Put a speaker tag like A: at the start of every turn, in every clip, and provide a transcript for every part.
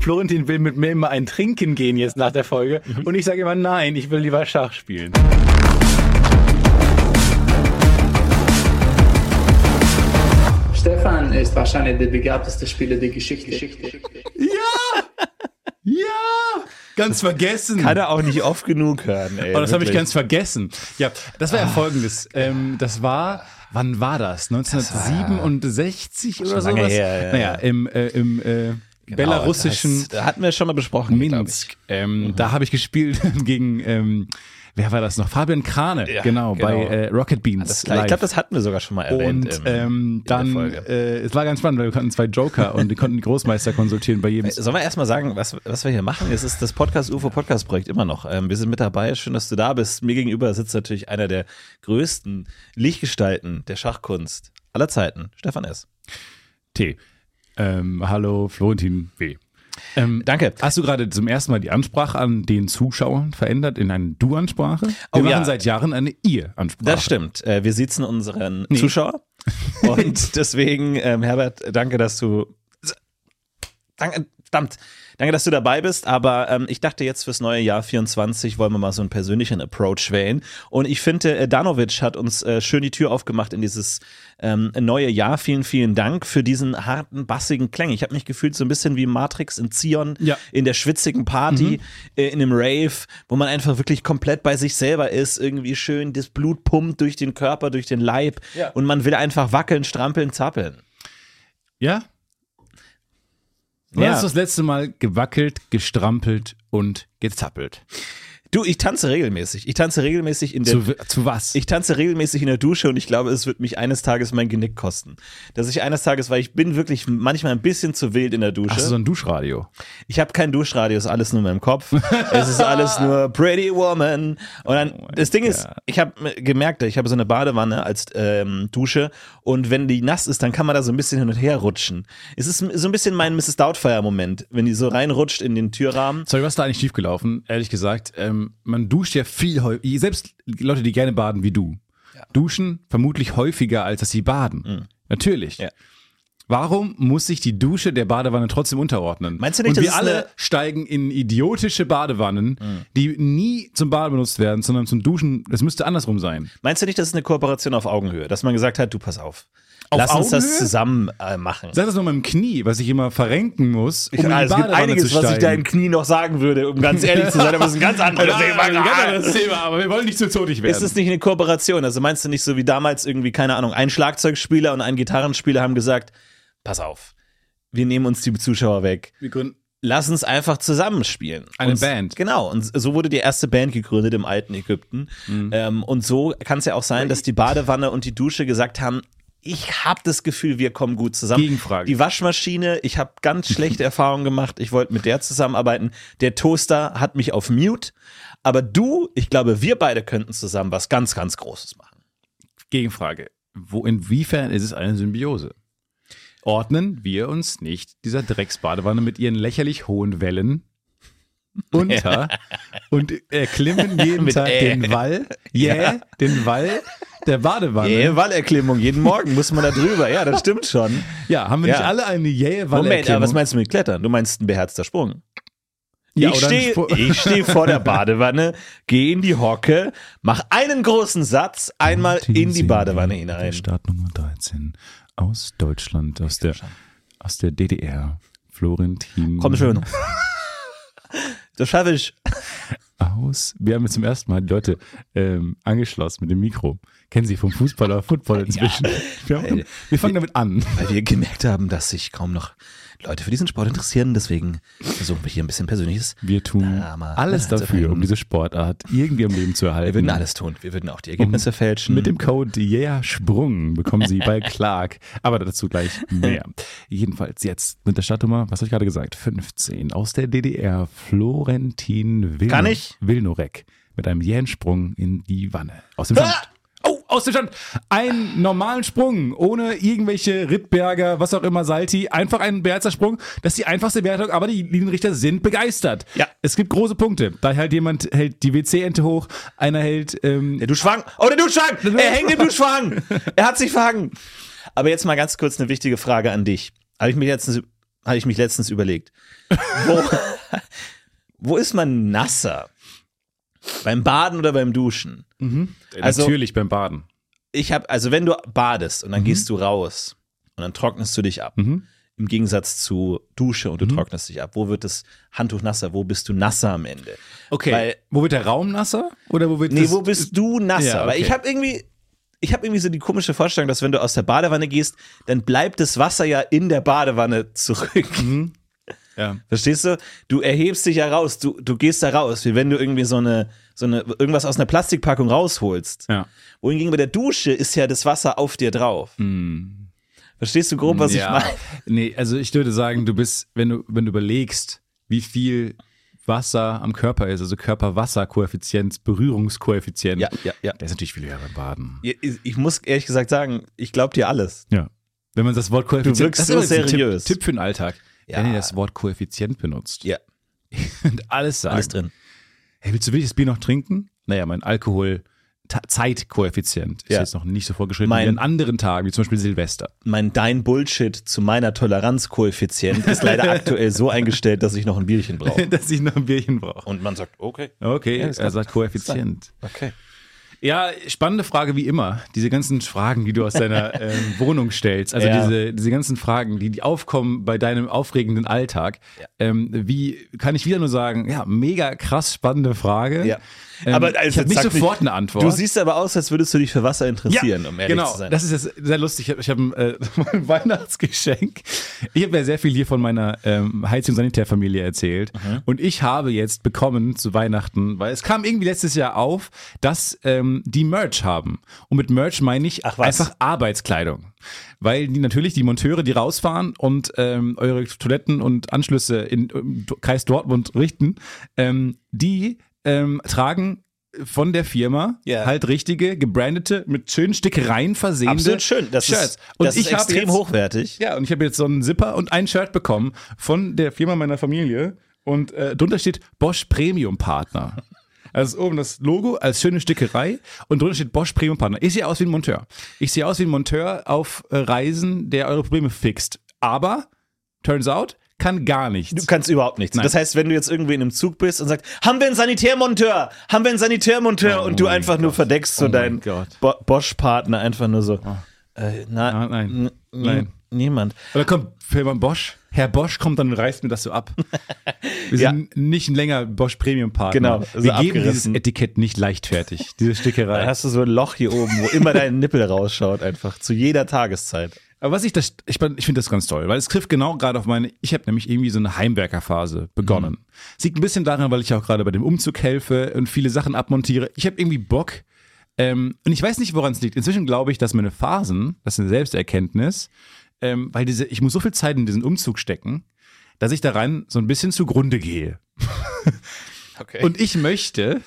A: Florentin will mit mir immer ein Trinken gehen jetzt nach der Folge. Und ich sage immer, nein, ich will lieber Schach spielen.
B: Stefan ist wahrscheinlich der begabteste Spieler der Geschichte. Geschichte.
C: Ja! Ja! Ganz vergessen.
D: Kann er auch nicht oft genug hören, ey.
A: Oh, das habe ich
D: wirklich.
A: ganz vergessen. Ja, das war ja folgendes. Ähm, das war, wann war Ah. das? 1967 oder
D: lange
A: sowas?
D: her, ja,
A: naja, im, äh, im äh, belarussischen
D: Genau, Das hatten wir schon mal besprochen. glaub ich.
A: Minsk. Ähm, Da habe ich gespielt gegen, ähm, wer war das noch? Fabian Krane,
D: Ja,
A: genau, bei
D: genau.
A: äh, Rocket Beans.
D: Das, ich glaube, das hatten wir sogar schon mal erwähnt.
A: und
D: im-
A: ähm,
D: der
A: dann,
D: Folge.
A: äh, es war ganz spannend, weil wir konnten zwei Joker und wir konnten die Großmeister konsultieren bei jedem.
D: Sollen wir erstmal sagen, was, was wir hier machen? Es ist das Podcast-UFO-Podcast-Projekt immer noch. Ähm, wir sind mit dabei. Schön, dass du da bist. Mir gegenüber sitzt natürlich einer der größten Lichtgestalten der Schachkunst aller Zeiten, Stefan S.
A: T. Ähm, hallo, Florentin W. Ähm,
D: Danke.
A: Hast du gerade zum ersten Mal die Ansprache an den Zuschauern verändert in eine Du-Ansprache? Wir machen
D: Oh ja.
A: seit Jahren eine Ihr-Ansprache.
D: Das stimmt. Äh, wir siezen unseren Zuschauer. Und deswegen, ähm, Herbert, danke, dass du. Danke, verdammt. Danke, dass du dabei bist. Aber ähm, ich dachte, jetzt fürs neue Jahr 24 wollen wir mal so einen persönlichen Approach wählen. Und ich finde, äh, Danovic hat uns äh, schön die Tür aufgemacht in dieses ähm, neue Jahr. Vielen, vielen Dank für diesen harten, bassigen Klang. Ich habe mich gefühlt so ein bisschen wie Matrix in Zion,
A: Ja.
D: in der schwitzigen Party, äh, in einem Rave, wo man einfach wirklich komplett bei sich selber ist, irgendwie schön, das Blut pumpt durch den Körper, durch den Leib und man will einfach wackeln, strampeln, zappeln.
A: Ja? Wann hast du das letzte Mal gewackelt, gestrampelt und gezappelt?
D: Du, ich tanze regelmäßig. Ich tanze regelmäßig in der
A: Zu, zu was?
D: Ich tanze regelmäßig in der Dusche und ich glaube, es wird mich eines Tages mein Genick kosten. Dass ich eines Tages, weil ich bin wirklich manchmal ein bisschen zu wild in der Dusche.
A: Hast du so ein Duschradio?
D: Ich habe kein Duschradio, ist alles nur in meinem Kopf. es ist alles nur Pretty Woman. Und dann,
A: Oh
D: das Ding ist, ich habe gemerkt, ich habe so eine Badewanne als ähm, Dusche und wenn die nass ist, dann kann man da so ein bisschen hin und her rutschen. Es ist so ein bisschen mein Mrs. Doubtfire-Moment, wenn die so reinrutscht in den Türrahmen.
A: Sorry, was ist da eigentlich schiefgelaufen? Ehrlich gesagt, ähm, man duscht ja viel häufiger, selbst Leute, die gerne baden wie du, duschen vermutlich häufiger, als dass sie baden. Natürlich.
D: Mhm. Ja.
A: Warum muss sich die Dusche der Badewanne trotzdem unterordnen?
D: Meinst du nicht,
A: Und
D: das
A: wir
D: ist
A: alle
D: eine- Mhm.
A: steigen in idiotische Badewannen, die nie zum Baden benutzt werden, sondern zum Duschen. Das müsste andersrum sein.
D: Meinst du nicht, das ist eine Kooperation auf Augenhöhe, dass man gesagt hat, du pass auf.
A: Auf
D: Lass uns das
A: Augenhöhe?
D: zusammen äh, machen.
A: Sag das mal meinem Knie, was ich immer verrenken muss, um
D: Ich,
A: in die
D: ah, es gibt
A: Badewanne zu
D: einiges,
A: steigen.
D: was ich deinen Knie noch sagen würde, um ganz ehrlich zu sein, aber es ist ein ganz anderes Thema.
A: ein ganz anderes Thema, aber wir wollen nicht zu zotig werden.
D: Ist es nicht eine Kooperation? Also meinst du nicht so wie damals irgendwie, keine Ahnung, ein Schlagzeugspieler und ein Gitarrenspieler haben gesagt, pass auf, wir nehmen uns die Zuschauer weg.
A: Wir gründen-
D: Lass uns einfach zusammenspielen.
A: Eine
D: und,
A: Band.
D: Genau. Und so wurde die erste Band gegründet im alten Ägypten.
A: Mhm.
D: Ähm, und so kann es ja auch sein, dass die Badewanne und die Dusche gesagt haben, ich habe das Gefühl, wir kommen gut zusammen.
A: Gegenfrage.
D: Die Waschmaschine, ich habe ganz schlechte Erfahrungen gemacht. Ich wollte mit der zusammenarbeiten. Der Toaster hat mich auf Mute. Aber du, ich glaube, wir beide könnten zusammen was ganz, ganz Großes machen.
A: Gegenfrage. Wo, inwiefern ist es eine Symbiose? Ordnen wir uns nicht dieser Drecksbadewanne mit ihren lächerlich hohen Wellen unter und erklimmen jeden
D: Mit
A: Tag
D: äh.
A: den Wall, yeah, den Wall der Badewanne.
D: Yeah, Wallerklimmung. Jeden Morgen muss man da drüber. Ja, das stimmt schon.
A: Ja, haben wir nicht
D: Ja.
A: alle eine jähe Walle?
D: Moment, aber was meinst du mit Klettern? Du meinst ein beherzter Sprung.
A: ja,
D: ich
A: oder ein
D: stehe
A: Spur-
D: ich steh vor der Badewanne, gehe in die Hocke, mach einen großen Satz einmal in die Badewanne hinein.
A: Startnummer 13 aus Deutschland, aus der, aus der DDR. Florentin.
D: Komm schön. Das schaffe ich.
A: aus. Wir haben jetzt zum ersten Mal die Leute ähm, angeschlossen mit dem Mikro. Kennen Sie vom Fußball oder Football inzwischen? Wir, haben, wir fangen damit an.
D: Weil wir gemerkt haben, dass sich kaum noch Leute für diesen Sport interessieren. Deswegen versuchen wir hier ein bisschen Persönliches.
A: Wir tun
D: Drama.
A: alles dafür, um diese Sportart irgendwie am Leben zu
D: Also Wir würden
A: erhalten.
D: alles tun. Wir würden auch die Ergebnisse fälschen.
A: um Mit dem Code Yeah Sprung bekommen Sie bei Clark, aber dazu gleich mehr. Jedenfalls jetzt mit der Stadtnummer, was habe ich gerade gesagt? 15 aus der DDR, Florentin Wilno
D: Kann ich?
A: Wilnorek mit einem jähen Sprung in die Wanne. Aus dem Stand. Oh, aus dem Stand. Einen normalen Sprung, ohne irgendwelche Rittberger, was auch immer, Salti. Einfach einen Berzer Sprung. Das ist die einfachste Wertung, aber die Linienrichter sind begeistert.
D: Ja.
A: Es gibt große Punkte. Da hält jemand hält die WC-Ente hoch, einer hält ähm,
D: Der Duschwagen. Oh, der Duschwagen. Er hängt im Duschwagen. Er hat sich verhangen. Aber jetzt mal ganz kurz eine wichtige Frage an dich. Habe ich mir jetzt habe ich mich letztens überlegt. Wo, wo ist man nasser? Beim Baden oder beim Duschen? Also-
A: Natürlich beim Baden.
D: Ich habe, also wenn du badest und dann gehst du raus und dann trocknest du dich ab. Im Gegensatz zu Dusche und du trocknest dich ab. Wo wird das Handtuch nasser? Wo bist du nasser am Ende?
A: Okay.
D: Weil
A: wo wird der Raum nasser? Oder wo wird
D: Nee,
A: das,
D: wo bist du nasser?
A: Ja,
D: Weil
A: okay.
D: ich habe irgendwie, ich habe irgendwie so die komische Vorstellung, dass wenn du aus der Badewanne gehst, dann bleibt das Wasser ja in der Badewanne zurück.
A: Ja.
D: Verstehst du? Du erhebst dich ja raus, du, du gehst da raus, wie wenn du irgendwie so eine, so eine, irgendwas aus einer Plastikpackung rausholst.
A: Ja.
D: Wohingegen bei der Dusche ist ja das Wasser auf dir drauf. Mhm. Verstehst du grob, was
A: ja.
D: ich meine?
A: Nee, also ich würde sagen, du bist, wenn du, wenn du überlegst, wie viel Wasser am Körper ist, also Körperwasserkoeffizient, Berührungskoeffizient,
D: Ja, ja, ja.
A: der ist natürlich viel höher beim Baden.
D: Ich- Ich muss ehrlich gesagt sagen, ich glaub dir alles.
A: Ja. Wenn man das Wort Koeffizient
D: wirkst
A: das
D: so
A: übrigens ein
D: seriös.
A: Tipp, Tipp für den Alltag.
D: Ja.
A: Wenn ihr das Wort Koeffizient benutzt
D: Ja,
A: und alles sagt,
D: alles drin.
A: hey, willst du wirklich das Bier noch trinken? Naja, mein Alkohol Ta- Zeitkoeffizient ist
D: Ja.
A: jetzt noch nicht so vorgeschritten
D: Mein-
A: wie an anderen Tagen, wie zum Beispiel Silvester.
D: Mein Dein Bullshit zu meiner Toleranzkoeffizient ist leider aktuell so eingestellt, dass ich noch ein Bierchen brauche.
A: Dass ich noch ein Bierchen brauche.
D: Und man sagt, okay.
A: Okay,
D: Ja, das
A: er
D: kann-
A: sagt Koeffizient.
D: Okay.
A: Ja, spannende Frage wie immer. Diese ganzen Fragen, die du aus deiner ähm, Wohnung stellst, also
D: Ja.
A: diese, diese ganzen Fragen, die, die aufkommen bei deinem aufregenden Alltag. Ähm, wie kann ich wieder nur sagen, ja, mega krass spannende Frage.
D: Ja.
A: Ähm,
D: aber also,
A: ich habe nicht
D: sag
A: sofort eine Antwort.
D: Du siehst aber aus, als würdest du dich für Wasser
A: ja,
D: interessieren, um ehrlich
A: genau.
D: zu sein.
A: Das ist jetzt sehr lustig. Ich habe hab ein, äh, ein Weihnachtsgeschenk. Ich habe ja sehr viel hier von meiner ähm, Heiz- und Sanitärfamilie erzählt.
D: Mhm.
A: Und ich habe jetzt bekommen zu Weihnachten, weil es kam irgendwie letztes Jahr auf, dass ähm, die Merch haben. Und mit Merch meine ich
D: Ach was.
A: einfach Arbeitskleidung. Weil die natürlich die Monteure, die rausfahren und ähm, eure Toiletten und Anschlüsse in, im Do- Kreis Dortmund richten, ähm, die ähm, tragen von der Firma
D: Ja.
A: halt richtige, gebrandete, mit schönen Stickereien versehene
D: Absolut schön. Das
A: Shirts.
D: ist,
A: und
D: das
A: ich
D: ist
A: habe
D: extrem
A: jetzt,
D: hochwertig.
A: Ja, und ich habe jetzt so einen Zipper und ein Shirt bekommen von der Firma meiner Familie. Und äh, drunter steht Bosch Premium Partner. Also oben das Logo als schöne Stickerei und drunter steht Bosch Premium Partner. Ich sehe aus wie ein Monteur. Ich sehe aus wie ein Monteur auf äh, Reisen, der eure Probleme fixt. Aber, turns out, kann gar nichts.
D: Du kannst überhaupt nichts.
A: Nein.
D: Das heißt, wenn du jetzt irgendwie in einem Zug bist und sagst, haben wir einen Sanitärmonteur, haben wir einen Sanitärmonteur und du einfach nur verdeckst so
A: Oh mein
D: deinen
A: Gott.
D: Bo Bosch-Partner einfach nur so. Äh, na,
A: Ah, nein.
D: n- nie-
A: Nein.
D: Niemand.
A: Oder kommt Firma Bosch, Herr Bosch kommt dann und reißt mir das so ab. Wir
D: Ja.
A: sind nicht länger Bosch Premium Partner.
D: Genau, also
A: wir geben dieses
D: abgerissen.
A: Etikett nicht leichtfertig, diese
D: Dann
A: Stickerei.
D: hast du so ein Loch hier oben, wo immer dein Nippel rausschaut, einfach zu jeder Tageszeit.
A: Aber was ich das, ich, bin- ich finde das ganz toll, weil es trifft genau gerade auf meine, ich habe nämlich irgendwie so eine Heimwerkerphase begonnen.
D: Mhm.
A: Es liegt ein bisschen daran, weil ich auch gerade bei dem Umzug helfe und viele Sachen abmontiere. Ich habe irgendwie Bock. Ähm, und ich weiß nicht, woran es liegt. Inzwischen glaube ich, dass meine Phasen, das ist eine Selbsterkenntnis, ähm, weil diese, ich muss so viel Zeit in diesen Umzug stecken, dass ich daran so ein bisschen zugrunde gehe.
D: Okay. Und
A: Und ich möchte,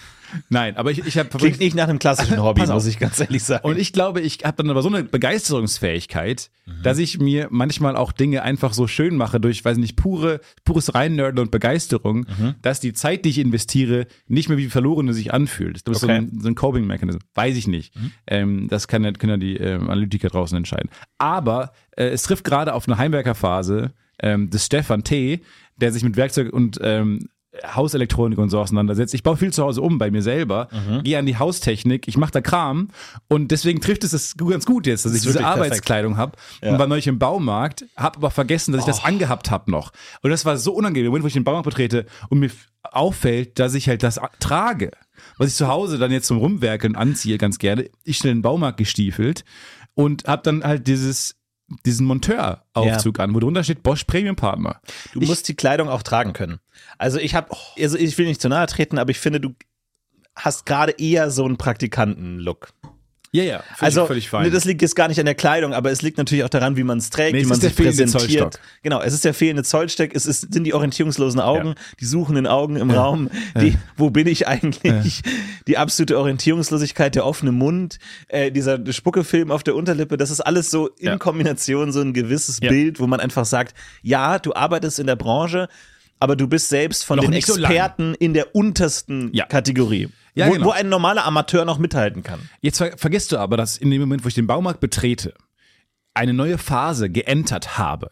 A: nein, aber ich, ich habe
D: klingt nicht nach einem klassischen Hobby,
A: Pass auf.
D: muss ich ganz ehrlich sagen.
A: und ich glaube, ich habe dann aber so eine Begeisterungsfähigkeit, dass ich mir manchmal auch Dinge einfach so schön mache durch, weiß nicht, pure, pures Reinnörden und Begeisterung, dass die Zeit, die ich investiere, nicht mehr wie verlorene sich anfühlt. Das ist so
D: Okay.
A: ein, so ein Coping-Mechanismus. Weiß ich nicht.
D: Mhm.
A: Ähm, das kann, ja- können ja die ähm, Analytiker draußen entscheiden. Aber äh, es trifft gerade auf eine Heimwerkerphase ähm, des Stefan T., der sich mit Werkzeug und ähm, Hauselektronik und so auseinandersetzt. Ich baue viel zu Hause um bei mir selber,
D: Mhm.
A: gehe an die Haustechnik, ich mache da Kram und deswegen trifft es das gu- ganz gut jetzt, dass ich diese
D: wirklich perfekt.
A: Arbeitskleidung habe und war neulich im Baumarkt, habe aber vergessen, dass ich das angehabt habe noch. Und das war so unangenehm, im Moment, wo ich den Baumarkt betrete und mir f- auffällt, dass ich halt das a- trage, was ich zu Hause dann jetzt zum Rumwerkeln anziehe ganz gerne. Ich schnell in den Baumarkt gestiefelt und habe dann halt dieses diesen Monteuraufzug an, wo drunter steht Bosch Premium Partner.
D: Du musst die Kleidung auch tragen können. Also ich
A: Oh.
D: habe, also ich will nicht zu nahe treten, aber ich finde, du hast gerade eher so einen Praktikanten-Look.
A: Ja, ja,
D: also ne, das liegt jetzt gar nicht an der Kleidung, aber es liegt natürlich auch daran, wie man es trägt,
A: Nee,
D: wie
A: es
D: man
A: ist der
D: sich
A: fehlende
D: präsentiert.
A: Zollstock.
D: Genau, es ist der fehlende Zollstock, es ist, sind die orientierungslosen Augen, die suchenden Augen im Raum, die, wo bin ich eigentlich? Die absolute Orientierungslosigkeit, der offene Mund, äh, dieser Spuckefilm auf der Unterlippe, das ist alles so in
A: Ja.
D: Kombination so ein gewisses Bild, wo man einfach sagt, ja, du arbeitest in der Branche, aber du bist selbst von
A: Noch
D: den
A: nicht so lang.
D: Experten in der untersten
A: Ja.
D: Kategorie.
A: Ja,
D: wo,
A: genau.
D: wo ein normaler Amateur noch mithalten kann.
A: Jetzt ver vergisst du aber, dass in
D: Mhm.
A: dem Moment, wo ich den Baumarkt betrete, eine neue Phase geentert habe.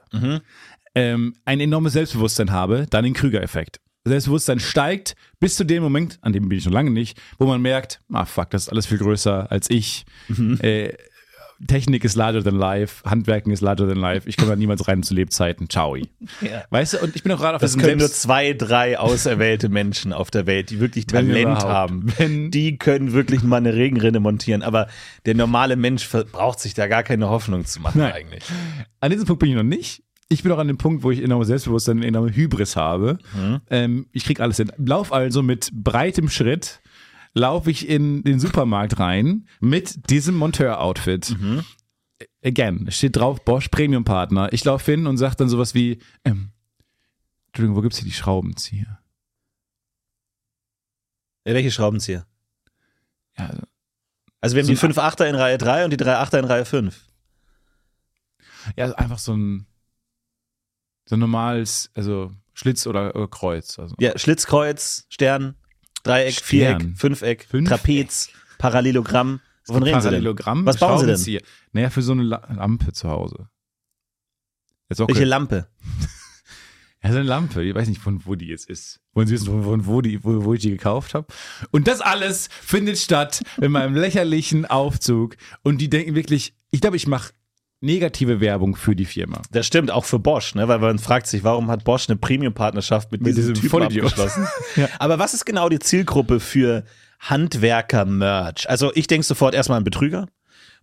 A: ähm, ein enormes Selbstbewusstsein habe, dann den Krüger-Effekt. Selbstbewusstsein steigt bis zu dem Moment, an dem bin ich noch lange nicht, wo man merkt, ah fuck, das ist alles viel größer als ich.
D: Mhm.
A: Äh, Technik ist larger than life, Handwerken ist larger than life, ich komme da niemals rein zu Lebzeiten, ciao.
D: Ja.
A: Weißt du, und ich bin auch gerade auf
D: Das
A: diesem
D: können nur
A: Selbst-
D: zwei, drei auserwählte Menschen auf der Welt, die wirklich
A: Wenn
D: Talent
A: überhaupt.
D: haben.
A: Wenn-
D: Die können wirklich mal eine Regenrinne montieren. Aber der normale Mensch ver- braucht sich da gar keine Hoffnung zu machen
A: Nein.
D: eigentlich.
A: An diesem Punkt bin ich noch nicht. Ich bin auch an dem Punkt, wo ich enormes Selbstbewusstsein, enorme Hybris habe. Ähm, ich krieg alles hin. Lauf also mit breitem Schritt, laufe ich in den Supermarkt rein mit diesem Monteur-Outfit. Again, steht drauf Bosch Premium Partner. Ich laufe hin und sage dann sowas wie, ähm, Entschuldigung, wo gibt's hier die Schraubenzieher?
D: Ja, welche Schraubenzieher?
A: Ja, also-
D: Also wir haben
A: So
D: die 5-8er in Reihe 3 und die 3-8er in Reihe 5.
A: ja, also einfach so ein, so ein normales, also Schlitz oder, oder Kreuz. Also.
D: Ja, Schlitzkreuz, Stern, Dreieck,
A: Stern.
D: Viereck, Fünfeck,
A: Fünfeck.
D: Trapez, Parallelogramm. Wovon reden Sie denn?
A: Parallelogramm.
D: Was bauen Sie denn?
A: Schraubenzieher. Naja, für so eine La Lampe zu Hause. Jetzt auch
D: Welche
A: okay.
D: Lampe?
A: Ja, so eine Lampe. Ich weiß nicht, von wo die jetzt ist. Wollen Sie wissen, von, von wo, die, wo, wo ich die gekauft habe? Und das alles findet statt in meinem lächerlichen Aufzug. Und die denken wirklich, ich glaube, ich mache negative Werbung für die Firma.
D: Das stimmt, auch für Bosch, ne? weil man fragt sich, warum hat Bosch eine Premium-Partnerschaft mit,
A: Mit
D: diesem,
A: diesem
D: Typen
A: Vollidiot.
D: abgeschlossen? Aber was ist genau die Zielgruppe für Handwerker-Merch? Also ich denke sofort erstmal an Betrüger,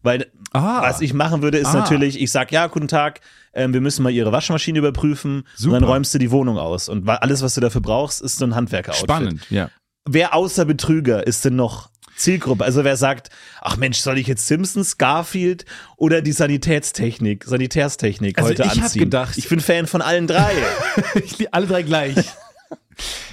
D: weil
A: Ah.
D: was ich machen würde, ist
A: Ah.
D: natürlich, ich sag ja, guten Tag, ähm, wir müssen mal Ihre Waschmaschine überprüfen
A: Super.
D: und dann räumst du die Wohnung aus. Und wa- alles, was du dafür brauchst, ist so ein Handwerker-Outfit.
A: Spannend, ja.
D: Wer außer Betrüger ist denn noch Zielgruppe? Also wer sagt, ach Mensch, soll ich jetzt Simpsons, Garfield oder die Sanitätstechnik, Sanitärstechnik
A: Also
D: heute
A: ich hab
D: anziehen?
A: gedacht-
D: ich bin Fan von allen drei.
A: Ich lieb alle drei gleich.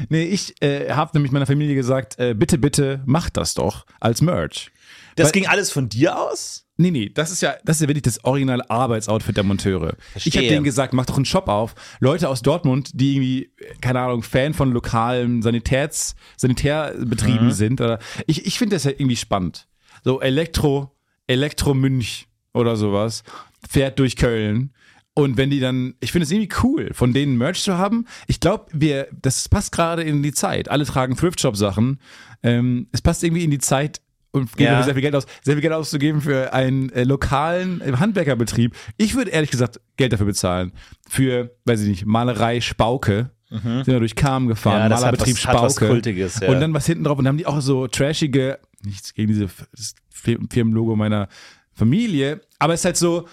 A: nee, ich äh, habe nämlich meiner Familie gesagt, äh, bitte, bitte, macht das doch als Merch.
D: Das
A: Weil-
D: ging alles von dir aus?
A: Nee, nee, das ist ja, das ist ja wirklich das originale Arbeitsoutfit der Monteure. Ich habe
D: Verstehe.
A: denen gesagt, mach doch einen Shop auf. Leute aus Dortmund, die irgendwie, keine Ahnung, Fan von lokalen Sanitäts,
D: Mhm.
A: Sanitärbetrieben sind. Oder ich ich finde das ja irgendwie spannend. So Elektro, Elektro Münch oder sowas, fährt durch Köln. Und wenn die dann, ich finde es irgendwie cool, von denen Merch zu haben. Ich glaube, wir, das passt gerade in die Zeit. Alle tragen Thrift-Shop-Sachen. Ähm, es passt irgendwie in die Zeit und geben
D: Ja.
A: dafür sehr viel Geld aus, sehr viel Geld auszugeben für einen äh, lokalen äh, Handwerkerbetrieb. Ich würde ehrlich gesagt Geld dafür bezahlen. Für, weiß ich nicht, Malerei Spauke. Sind wir durch Kam gefahren,
D: Mhm. Ja, das hat
A: Malerbetrieb
D: was- hat was
A: Spauke.
D: Kultiges, ja.
A: Und dann was hinten drauf und dann haben die auch so trashige, nichts gegen diese F- das Fir- Firmenlogo meiner Familie, aber es ist halt so,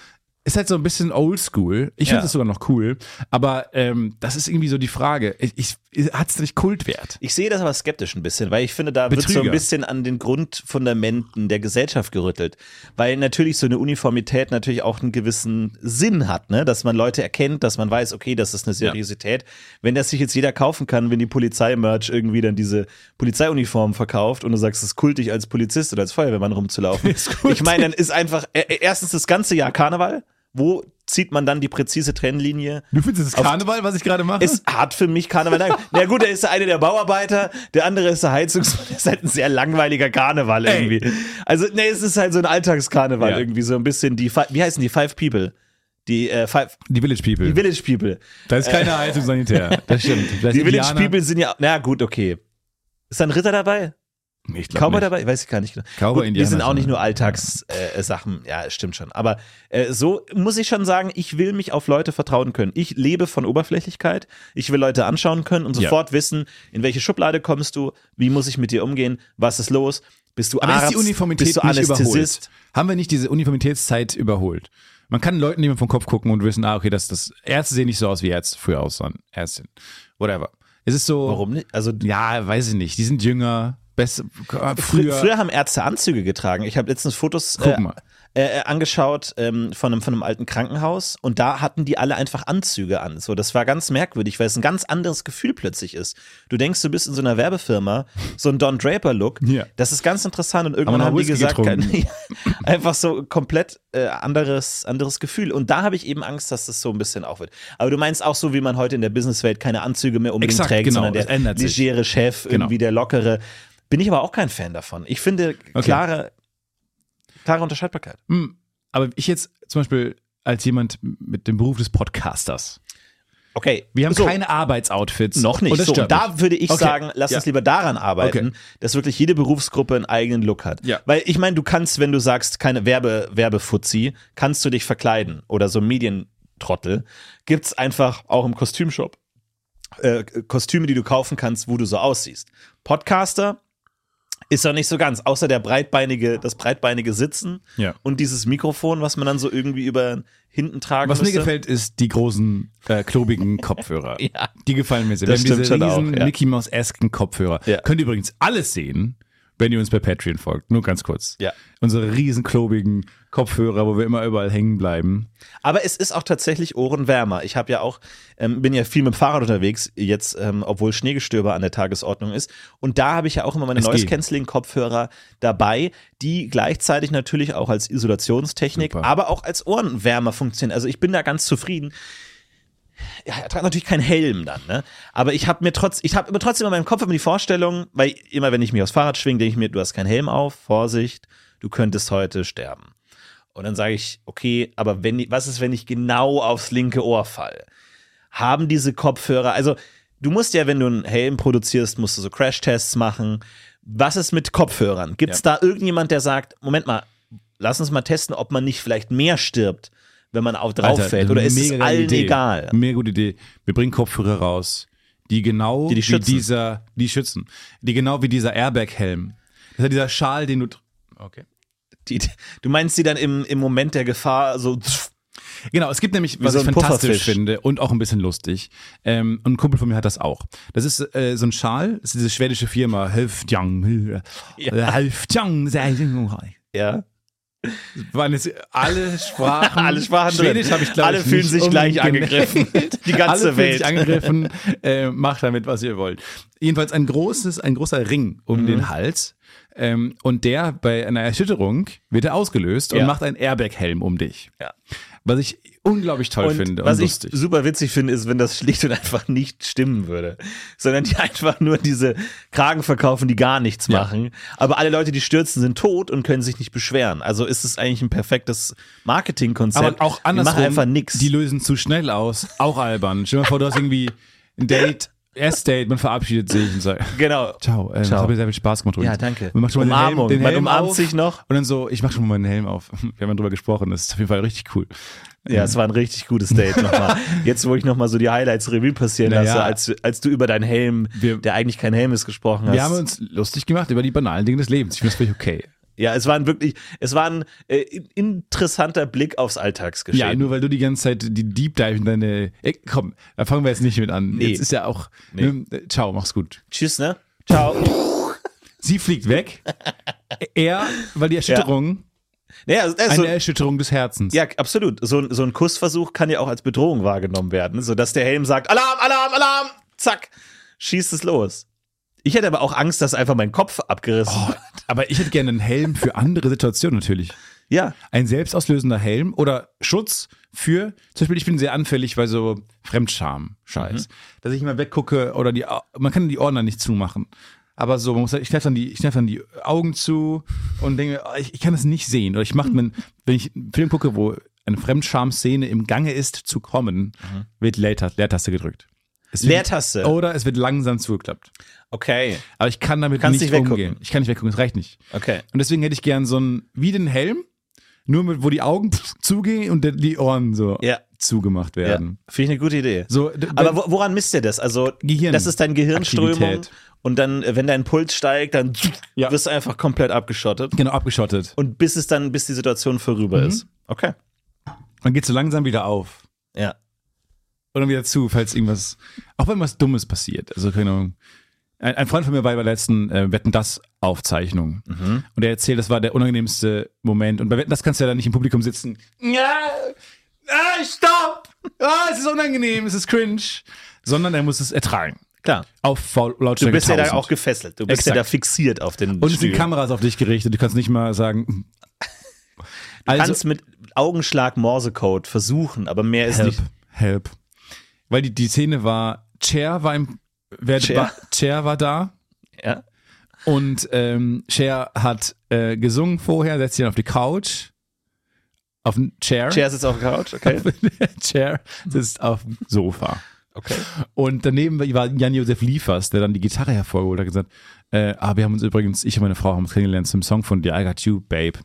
A: ist halt so ein bisschen oldschool. Ich finde
D: Ja.
A: das sogar noch cool, aber ähm, das ist irgendwie so die Frage. Ich, ich, hat es nicht Kultwert?
D: Ich sehe das aber skeptisch ein bisschen, weil ich finde, da wird so ein
A: Betrüger.
D: bisschen an den Grundfundamenten der Gesellschaft gerüttelt. Weil natürlich so eine Uniformität natürlich auch einen gewissen Sinn hat, ne? dass man Leute erkennt, dass man weiß, okay, das ist eine Seriosität. Wenn das sich jetzt jeder kaufen kann, wenn die Polizei-Merch irgendwie dann diese Polizeiuniform verkauft und du sagst, es ist kultig als Polizist oder als Feuerwehrmann rumzulaufen. ich meine, dann ist einfach äh, äh, erstens das ganze Jahr Karneval. Wo zieht man dann die präzise Trennlinie?
A: Du findest es
D: Auf-
A: Karneval, was ich gerade mache?
D: ist hart für mich Karneval. Na- Na gut, da ist der eine der Bauarbeiter, der andere ist der Heizungsmann. Das ist halt ein sehr langweiliger Karneval
A: Ey.
D: irgendwie. Also, ne, es ist halt so ein Alltagskarneval
A: Ja.
D: irgendwie, so ein bisschen die, Fi- wie heißen die, Five People? Die äh, Five,
A: die Village People.
D: die Village People.
A: da ist
D: Äh.
A: keine Heizung sanitär. Das stimmt. Vielleicht
D: Die Village
A: Indianer?
D: People sind ja, na gut, okay. Ist da ein Ritter dabei?
A: Nee, ich glaub
D: Cowboy
A: nicht.
D: dabei? Weiß ich gar nicht genau.
A: Cowboy,
D: Gut, wir
A: Indianer
D: sind auch
A: sind
D: nicht
A: wir.
D: nur Alltagssachen. Äh, Sachen. ja, stimmt schon. Aber äh, so muss ich schon sagen, ich will mich auf Leute vertrauen können. Ich lebe von Oberflächlichkeit. Ich will Leute anschauen können und
A: Ja.
D: sofort wissen, in welche Schublade kommst du, wie muss ich mit dir umgehen, was ist los, bist du
A: Aber
D: Arzt,
A: ist die Uniformität
D: bist du
A: nicht
D: Anästhesist.
A: überholt? Haben wir nicht diese Uniformitätszeit überholt? Man kann Leuten nicht mehr vom Kopf gucken und wissen, ah, okay, das, das Ärzte sehen nicht so aus, wie Ärzte früher aussahen. Ärztin. Whatever. Es ist so.
D: Warum nicht? Also
A: Ja, weiß ich nicht. Die sind jünger, besser, äh,
D: früher,
A: früher.
D: früher haben Ärzte Anzüge getragen. Ich habe letztens Fotos
A: Guck
D: äh,
A: mal.
D: äh, äh, angeschaut ähm, von, einem, von einem alten Krankenhaus und da hatten die alle einfach Anzüge an. So, das war ganz merkwürdig, weil es ein ganz anderes Gefühl plötzlich ist. Du denkst, du bist in so einer Werbefirma, so ein Don Draper-Look.
A: Ja.
D: Das ist ganz interessant und
A: Aber
D: irgendwann
A: noch
D: haben die
A: Whisky
D: gesagt,
A: getrunken.
D: kein- einfach so komplett äh, anderes, anderes Gefühl. Und da habe ich eben Angst, dass das so ein bisschen auch wird. Aber du meinst auch so, wie man heute in der Businesswelt keine Anzüge mehr unbedingt
A: Exakt,
D: trägt,
A: genau,
D: sondern
A: das ändert
D: der
A: sich. Genau.
D: legere Chef, irgendwie der lockere. Bin ich aber auch kein Fan davon. Ich finde klare, klare Unterscheidbarkeit.
A: Hm, aber ich jetzt zum Beispiel als jemand mit dem Beruf des Podcasters.
D: Okay.
A: Wir haben
D: so,
A: keine Arbeitsoutfits.
D: Noch nicht.
A: Und das
D: so,
A: stört
D: und da
A: mich.
D: würde ich
A: Okay.
D: sagen, lass
A: Ja.
D: uns lieber daran arbeiten,
A: Okay.
D: dass wirklich jede Berufsgruppe einen eigenen Look hat.
A: Ja.
D: Weil ich meine, du kannst, wenn du sagst, keine Werbe, Werbefuzzi, kannst du dich verkleiden oder so Medientrottel. Gibt's einfach auch im Kostümshop äh, Kostüme, die du kaufen kannst, wo du so aussiehst. Podcaster ist doch nicht so ganz, außer der breitbeinige, das breitbeinige Sitzen
A: Ja.
D: und dieses Mikrofon, was man dann so irgendwie über hinten tragen
A: Was mir
D: müsste.
A: gefällt, ist die großen, äh, klobigen Kopfhörer.
D: Ja.
A: Die gefallen mir sehr.
D: Das
A: Wir haben
D: stimmt
A: diese
D: schon auch,
A: riesen
D: ja.
A: Mickey Mouse-esken Kopfhörer.
D: Ja.
A: Könnt ihr übrigens alles sehen, wenn ihr uns bei Patreon folgt. Nur ganz kurz.
D: Ja.
A: Unsere riesen klobigen Kopfhörer, wo wir immer überall hängen bleiben.
D: Aber es ist auch tatsächlich ohrenwärmer. Ich habe ja auch, ähm, bin ja viel mit dem Fahrrad unterwegs, jetzt, ähm, obwohl Schneegestöber an der Tagesordnung ist. Und da habe ich ja auch immer meine
A: Es geht.
D: Noise-Canceling-Kopfhörer dabei, die gleichzeitig natürlich auch als Isolationstechnik,
A: Super.
D: aber auch als Ohrenwärmer funktionieren. Also ich bin da ganz zufrieden. Ja, er trägt natürlich keinen Helm dann, ne? Aber ich habe mir trotz, ich habe immer trotzdem in meinem Kopf immer die Vorstellung, weil immer wenn ich mich aufs Fahrrad schwinge, denke ich mir, du hast keinen Helm auf, Vorsicht, du könntest heute sterben. Und dann sage ich, okay, aber wenn, ich- was ist, wenn ich genau aufs linke Ohr fall? Haben diese Kopfhörer, also du musst ja, wenn du einen Helm produzierst, musst du so Crashtests machen. Was ist mit Kopfhörern? Gibt es da irgendjemand, der sagt, Moment mal, lass uns mal testen, ob man nicht vielleicht mehr stirbt, wenn man auch drauf
A: Alter,
D: fällt? Oder ist es
A: mega
D: allen
A: Idee.
D: egal?
A: Mega gute Idee. Wir bringen Kopfhörer raus, die genau
D: Die dich
A: wie
D: schützen.
A: dieser, die schützen, die genau wie dieser Airbag-Helm. Das ist ja dieser Schal, den du. tr- Okay.
D: Die, du meinst sie dann im, im Moment der Gefahr so, pff,
A: Genau, es gibt nämlich, was
D: so
A: ich
D: ein
A: fantastisch
D: Pufferfisch.
A: finde und auch ein bisschen lustig. Ähm, und ein Kumpel von mir hat das auch. Das ist äh, so ein Schal, das ist diese schwedische Firma, äh, Höftjang.
D: Ja.
A: Höftjang.
D: ja.
A: Waren jetzt alle Sprachen.
D: Alle Sprachen drin.
A: Schwedisch habe ich glaube
D: Alle
A: ich
D: fühlen
A: nicht
D: sich gleich
A: unbedingt-
D: angegriffen. Die ganze
A: Alle fühlen
D: Welt.
A: Sich angegriffen. Äh, macht damit, was ihr wollt. Jedenfalls ein großes, ein großer Ring um
D: Mhm.
A: den Hals. Ähm, und der bei einer Erschütterung wird er ausgelöst und
D: Ja.
A: macht einen Airbag-Helm um dich.
D: Ja.
A: Was ich unglaublich toll
D: Und
A: finde
D: was
A: und lustig.
D: ich super witzig finde, ist, wenn das schlicht und einfach nicht stimmen würde, sondern die einfach nur diese Kragen verkaufen, die gar nichts machen. Aber alle Leute, die stürzen, sind tot und können sich nicht beschweren. Also ist es eigentlich ein perfektes Marketingkonzept.
A: Aber auch
D: Die machen
A: andersrum,
D: einfach nichts.
A: die lösen zu schnell aus. Auch albern. Stell dir mal vor, du hast irgendwie ein Date, Erstdate, man verabschiedet sich und sagt,
D: Genau.
A: Ciao, ähm,
D: Ciao.
A: das hat mir sehr viel Spaß gemacht. übrigens.
D: Ja, danke.
A: Man macht schon mal
D: Umarmung.
A: den Helm, den
D: Man
A: Helm
D: umarmt
A: auf
D: sich noch.
A: Und dann so, ich mach schon mal meinen Helm auf. Wir haben ja drüber gesprochen, das ist auf jeden Fall richtig cool.
D: Ja, es war ein richtig gutes Date nochmal. Jetzt, wo ich nochmal so die Highlights Revue passieren
A: Naja.
D: lasse, als, als du über deinen Helm,
A: Wir-
D: der eigentlich kein Helm ist, gesprochen hast.
A: Wir haben uns lustig gemacht über die banalen Dinge des Lebens. Ich finde das völlig okay.
D: ja, es war ein wirklich, es war ein äh, interessanter Blick aufs Alltagsgeschehen.
A: Ja, nur weil du die ganze Zeit die Deep Dive in deine. Ey, komm, da fangen wir jetzt nicht mit an.
D: Nee.
A: Jetzt ist ja auch.
D: Nee.
A: Ne, ciao, mach's gut.
D: Tschüss, ne? Ciao.
A: Sie fliegt weg. er, weil die Erschütterung,
D: Naja, also, äh, so,
A: eine Erschütterung des Herzens.
D: ja, absolut. So, ein- so ein Kussversuch kann ja auch als Bedrohung wahrgenommen werden, sodass der Helm sagt: Alarm, Alarm, Alarm! Zack, schießt es los. Ich hätte aber auch Angst, dass einfach mein Kopf abgerissen
A: Oh.
D: wird.
A: Aber ich hätte gerne einen Helm für andere Situationen natürlich.
D: Ja.
A: ein selbstauslösender Helm oder Schutz für, zum Beispiel, ich bin sehr anfällig bei so Fremdscham-Scheiß. Dass ich immer weggucke oder die, Au- man kann die Ordner nicht zumachen. Aber so, man muss, halt- ich kneife dann, die- ich kneife dann die Augen zu und denke, oh, ich, ich kann das nicht sehen. Oder ich mache, wenn ich einen Film gucke, wo eine Fremdscham-Szene im Gange ist, zu kommen, wird Leerta- Leertaste gedrückt. Es wird-
D: Leertaste.
A: Oder es wird langsam zugeklappt.
D: Okay.
A: Aber ich kann damit
D: Kannst
A: nicht
D: nicht weggucken.
A: umgehen. Ich kann nicht weggucken, es reicht nicht.
D: Okay.
A: Und deswegen hätte ich gern so einen, wie den Helm, nur mit, wo die Augen pff, zugehen und dann die Ohren so
D: Ja.
A: zugemacht
D: Ja.
A: werden.
D: Finde ich eine gute Idee.
A: So, d-
D: Aber wo- woran misst ihr das? Also,
A: Gehirn-
D: das ist deine Gehirnströmung.
A: Aktivität.
D: Und dann, äh, wenn dein Puls steigt, dann
A: Ja.
D: wirst du einfach komplett abgeschottet.
A: genau, abgeschottet.
D: Und bis es dann, bis die Situation vorüber
A: Mhm.
D: ist. Okay.
A: Man geht so langsam wieder auf.
D: Ja.
A: Und dann wieder zu, falls irgendwas, auch wenn was Dummes passiert. Also, keine Ahnung. Ein, ein Freund von mir war bei der letzten äh, Wetten das Aufzeichnung.
D: Mhm.
A: Und er erzählt, das war der unangenehmste Moment. Und bei Wetten das kannst du ja dann nicht im Publikum sitzen. Ja, ah, stopp! Ah, es ist unangenehm, es ist cringe. Sondern er muss es ertragen.
D: Klar.
A: Auf Faul- Lautstärke
D: Du bist ja da
A: 1000.
D: auch gefesselt. Du bist
A: Exakt.
D: ja da fixiert auf den
A: Und es
D: Stuhl.
A: sind Kameras auf dich gerichtet. Du kannst nicht mal sagen. hm.
D: Du
A: Also,
D: kannst mit Augenschlag Morsecode versuchen, aber mehr ist
A: help,
D: nicht.
A: help. Weil die, die Szene war, Cher war im, wer,
D: Cher.
A: War, Cher war da
D: Ja.
A: und ähm, Cher hat äh, gesungen vorher, setzt sich dann auf die Couch, auf den Chair.
D: Chair sitzt auf der Couch, okay.
A: Chair sitzt auf dem Sofa.
D: Okay.
A: Und daneben war Jan-Josef Liefers, der dann die Gitarre hervorgeholt hat und gesagt, äh, ah, wir haben uns übrigens, ich und meine Frau haben uns kennengelernt zum Song von The I Got You, Babe.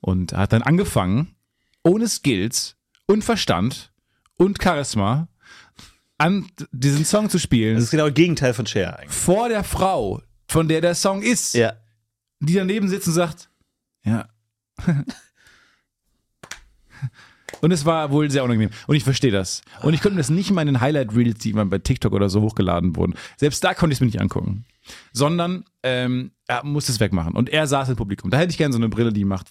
A: Und hat dann angefangen, ohne Skills und Verstand und Charisma an diesen Song zu spielen,
D: Das ist genau das Gegenteil von Cher eigentlich.
A: vor der Frau, von der der Song ist,
D: Ja.
A: die daneben sitzt und sagt, ja. Und es war wohl sehr unangenehm. Und ich verstehe das. Und ich konnte mir das nicht mal in den Highlight-Reels, die immer bei TikTok oder so hochgeladen wurden. Selbst da konnte ich es mir nicht angucken. Sondern ähm, er musste es wegmachen. Und er saß im Publikum. Da hätte ich gerne so eine Brille, die macht.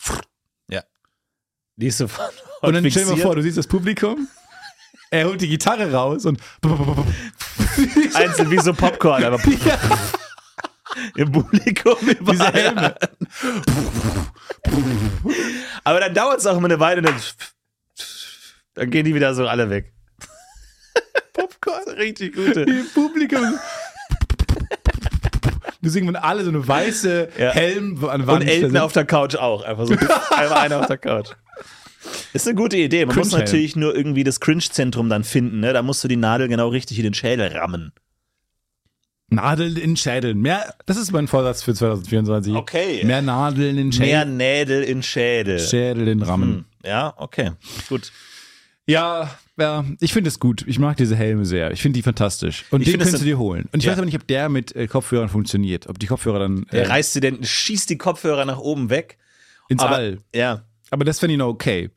D: Die ist sofort
A: Und dann stell
D: fixiert.
A: dir mal vor, du siehst das Publikum. Er holt die Gitarre raus und.
D: Einzeln wie so Popcorn, aber im Publikum
A: Diese
D: überall.
A: Helme.
D: Aber dann dauert es auch immer eine Weile und dann, dann gehen die wieder so alle weg. Popcorn, richtig gute.
A: im Publikum. Du singen wenn alle so eine weiße
D: Ja.
A: Helm an Wand.
D: Und Elton auf der Couch auch. Einfach so einmal einer auf der Couch. Ist eine gute Idee. Man muss
A: Cringe-Helm.
D: natürlich nur irgendwie das Cringe-Zentrum dann finden. Ne? Da musst du die Nadel genau richtig in den Schädel rammen.
A: Nadeln in Schädeln. Mehr, das ist mein Vorsatz für 2024.
D: Okay.
A: Mehr Nadeln in
D: Mehr
A: Schädeln.
D: Nädel in Schädel.
A: Schädel in Rammen.
D: Hm. Ja, okay. Gut.
A: Ja, ja, ich finde es gut. Ich mag diese Helme sehr. Ich finde die fantastisch. Und
D: Ich
A: den
D: finde, das
A: könntest du
D: sind-
A: dir holen. Und ich
D: Ja.
A: weiß aber nicht, ob der mit äh, Kopfhörern funktioniert. Ob die Kopfhörer dann
D: Der
A: äh,
D: Reißstudenten schießt die Kopfhörer nach oben weg.
A: ins
D: Aber,
A: All.
D: Ja.
A: Aber das fände ich noch okay.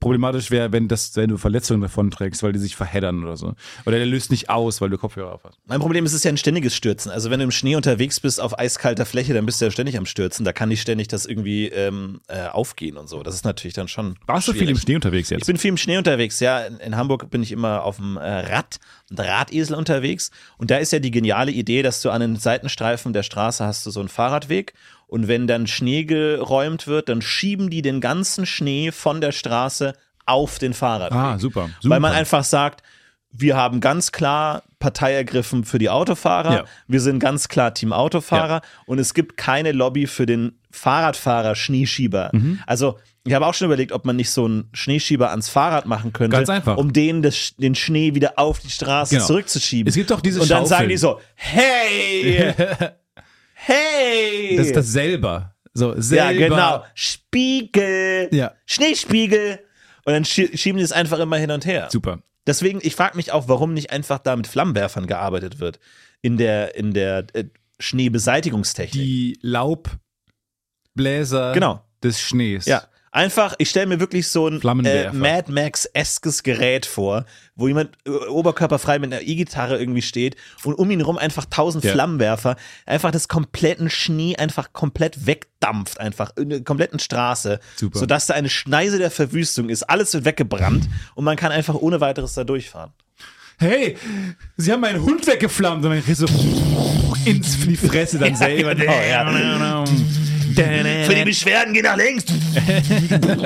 A: Problematisch wäre, wenn, das, wenn du Verletzungen davon trägst, weil die sich verheddern oder so. Oder der löst nicht aus, weil du Kopfhörer auf hast.
D: Mein Problem ist, es ist ja ein ständiges Stürzen. Also wenn du im Schnee unterwegs bist auf eiskalter Fläche, dann bist du ja ständig am Stürzen. Da kann nicht ständig das irgendwie ähm, äh, aufgehen und so. Das ist natürlich dann schon.
A: Warst du viel im
D: schwierig.
A: Schnee unterwegs
D: Ich
A: jetzt?
D: bin viel im Schnee unterwegs, ja. In, in Hamburg bin ich immer auf dem äh, Rad, mit Radesel unterwegs. Und da ist ja die geniale Idee, dass du an den Seitenstreifen der Straße hast du so einen Fahrradweg. Und wenn dann Schnee geräumt wird, dann schieben die den ganzen Schnee von der Straße auf den Fahrradweg.
A: Ah, super, super.
D: Weil man einfach sagt, wir haben ganz klar Partei ergriffen für die Autofahrer.
A: Ja.
D: Wir sind ganz klar Team Autofahrer und es gibt keine Lobby für den Fahrradfahrer Schneeschieber.
A: Mhm.
D: Also ich habe auch schon überlegt, ob man nicht so einen Schneeschieber ans Fahrrad machen könnte,
A: Ganz einfach.
D: um denen das, den Schnee wieder auf die Straße
A: Genau.
D: zurückzuschieben.
A: Es gibt doch diese
D: und dann sagen
A: Schaufeln.
D: die so, hey, hey,
A: Das ist das selber. So,
D: ja
A: selber.
D: genau, Spiegel,
A: Ja.
D: Schneespiegel und dann schie- schieben die es einfach immer hin und her.
A: Super.
D: Deswegen, ich frage mich auch, warum nicht einfach da mit Flammenwerfern gearbeitet wird in der, in der äh, Schneebeseitigungstechnik.
A: Die Laubbläser
D: Genau.
A: des Schnees.
D: ja. Einfach, ich stelle mir wirklich so ein äh,
A: Flammenwerfer.
D: Mad Max-eskes Gerät vor, wo jemand äh, oberkörperfrei mit einer E-Gitarre irgendwie steht und um ihn herum einfach tausend
A: Ja.
D: Flammenwerfer einfach das kompletten Schnee einfach komplett wegdampft, einfach in der kompletten Straße,
A: Super.
D: sodass da eine Schneise der Verwüstung ist. Alles wird weggebrannt und man kann einfach ohne weiteres da durchfahren.
A: Hey, sie haben meinen Hund weggeflammt. Und dann kriegst du ins in die Fresse dann selber.
D: genau, ja. Für die Beschwerden geh nach links.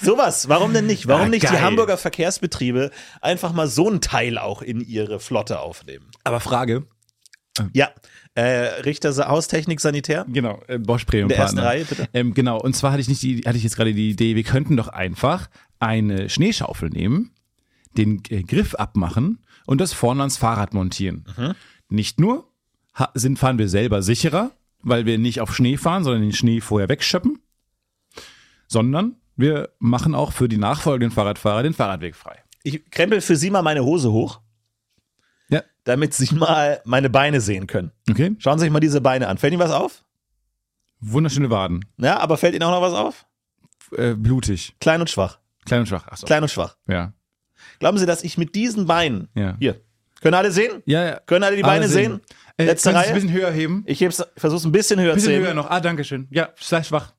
D: Sowas, warum denn nicht? Warum
A: Ah,
D: nicht die
A: geil.
D: Hamburger Verkehrsbetriebe einfach mal so einen Teil auch in ihre Flotte aufnehmen?
A: Aber Frage.
D: Ja, äh, Richter Sa- Haustechnik Sanitär.
A: Genau, äh, Bosch Premium
D: der ersten
A: Partner.
D: Reihe, bitte.
A: Ähm, genau, und zwar hatte ich, nicht die, hatte ich jetzt gerade die Idee, wir könnten doch einfach eine Schneeschaufel nehmen, den äh, Griff abmachen und das vorne ans Fahrrad montieren.
D: Mhm.
A: Nicht nur ha- sind, fahren wir selber sicherer, weil wir nicht auf Schnee fahren, sondern den Schnee vorher wegschöppen, sondern wir machen auch für die nachfolgenden Fahrradfahrer den Fahrradweg frei.
D: Ich krempel für Sie mal meine Hose hoch,
A: Ja,
D: damit Sie mal meine Beine sehen können.
A: okay.
D: Schauen Sie sich mal diese Beine an. Fällt Ihnen was auf?
A: Wunderschöne Waden.
D: Ja, aber fällt Ihnen auch noch was auf?
A: Äh, blutig.
D: Klein und schwach.
A: Klein und schwach. Achso.
D: Klein und schwach.
A: Ja.
D: Glauben Sie, dass ich mit diesen Beinen
A: Ja.
D: hier können alle sehen?
A: ja, ja.
D: Können alle die Beine sehen?
A: Äh,
D: Letzte
A: können Sie es
D: Reihe?
A: ein bisschen höher heben.
D: Ich versuche es ein bisschen höher zu
A: Bisschen
D: heben.
A: höher noch. Ah, danke schön. Ja, sei schwach.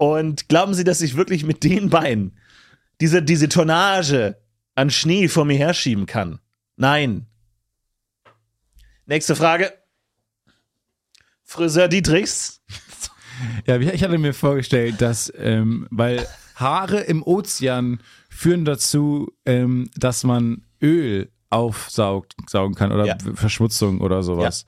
D: Und glauben Sie, dass ich wirklich mit den Beinen diese, diese Tonnage an Schnee vor mir herschieben kann? Nein. Nächste Frage. Friseur Dietrichs.
A: Ja, wie- ich hatte mir vorgestellt, dass, ähm, weil Haare im Ozean führen dazu, ähm, dass man Öl aufsaugt, saugen kann oder
D: Ja.
A: Verschmutzung oder sowas.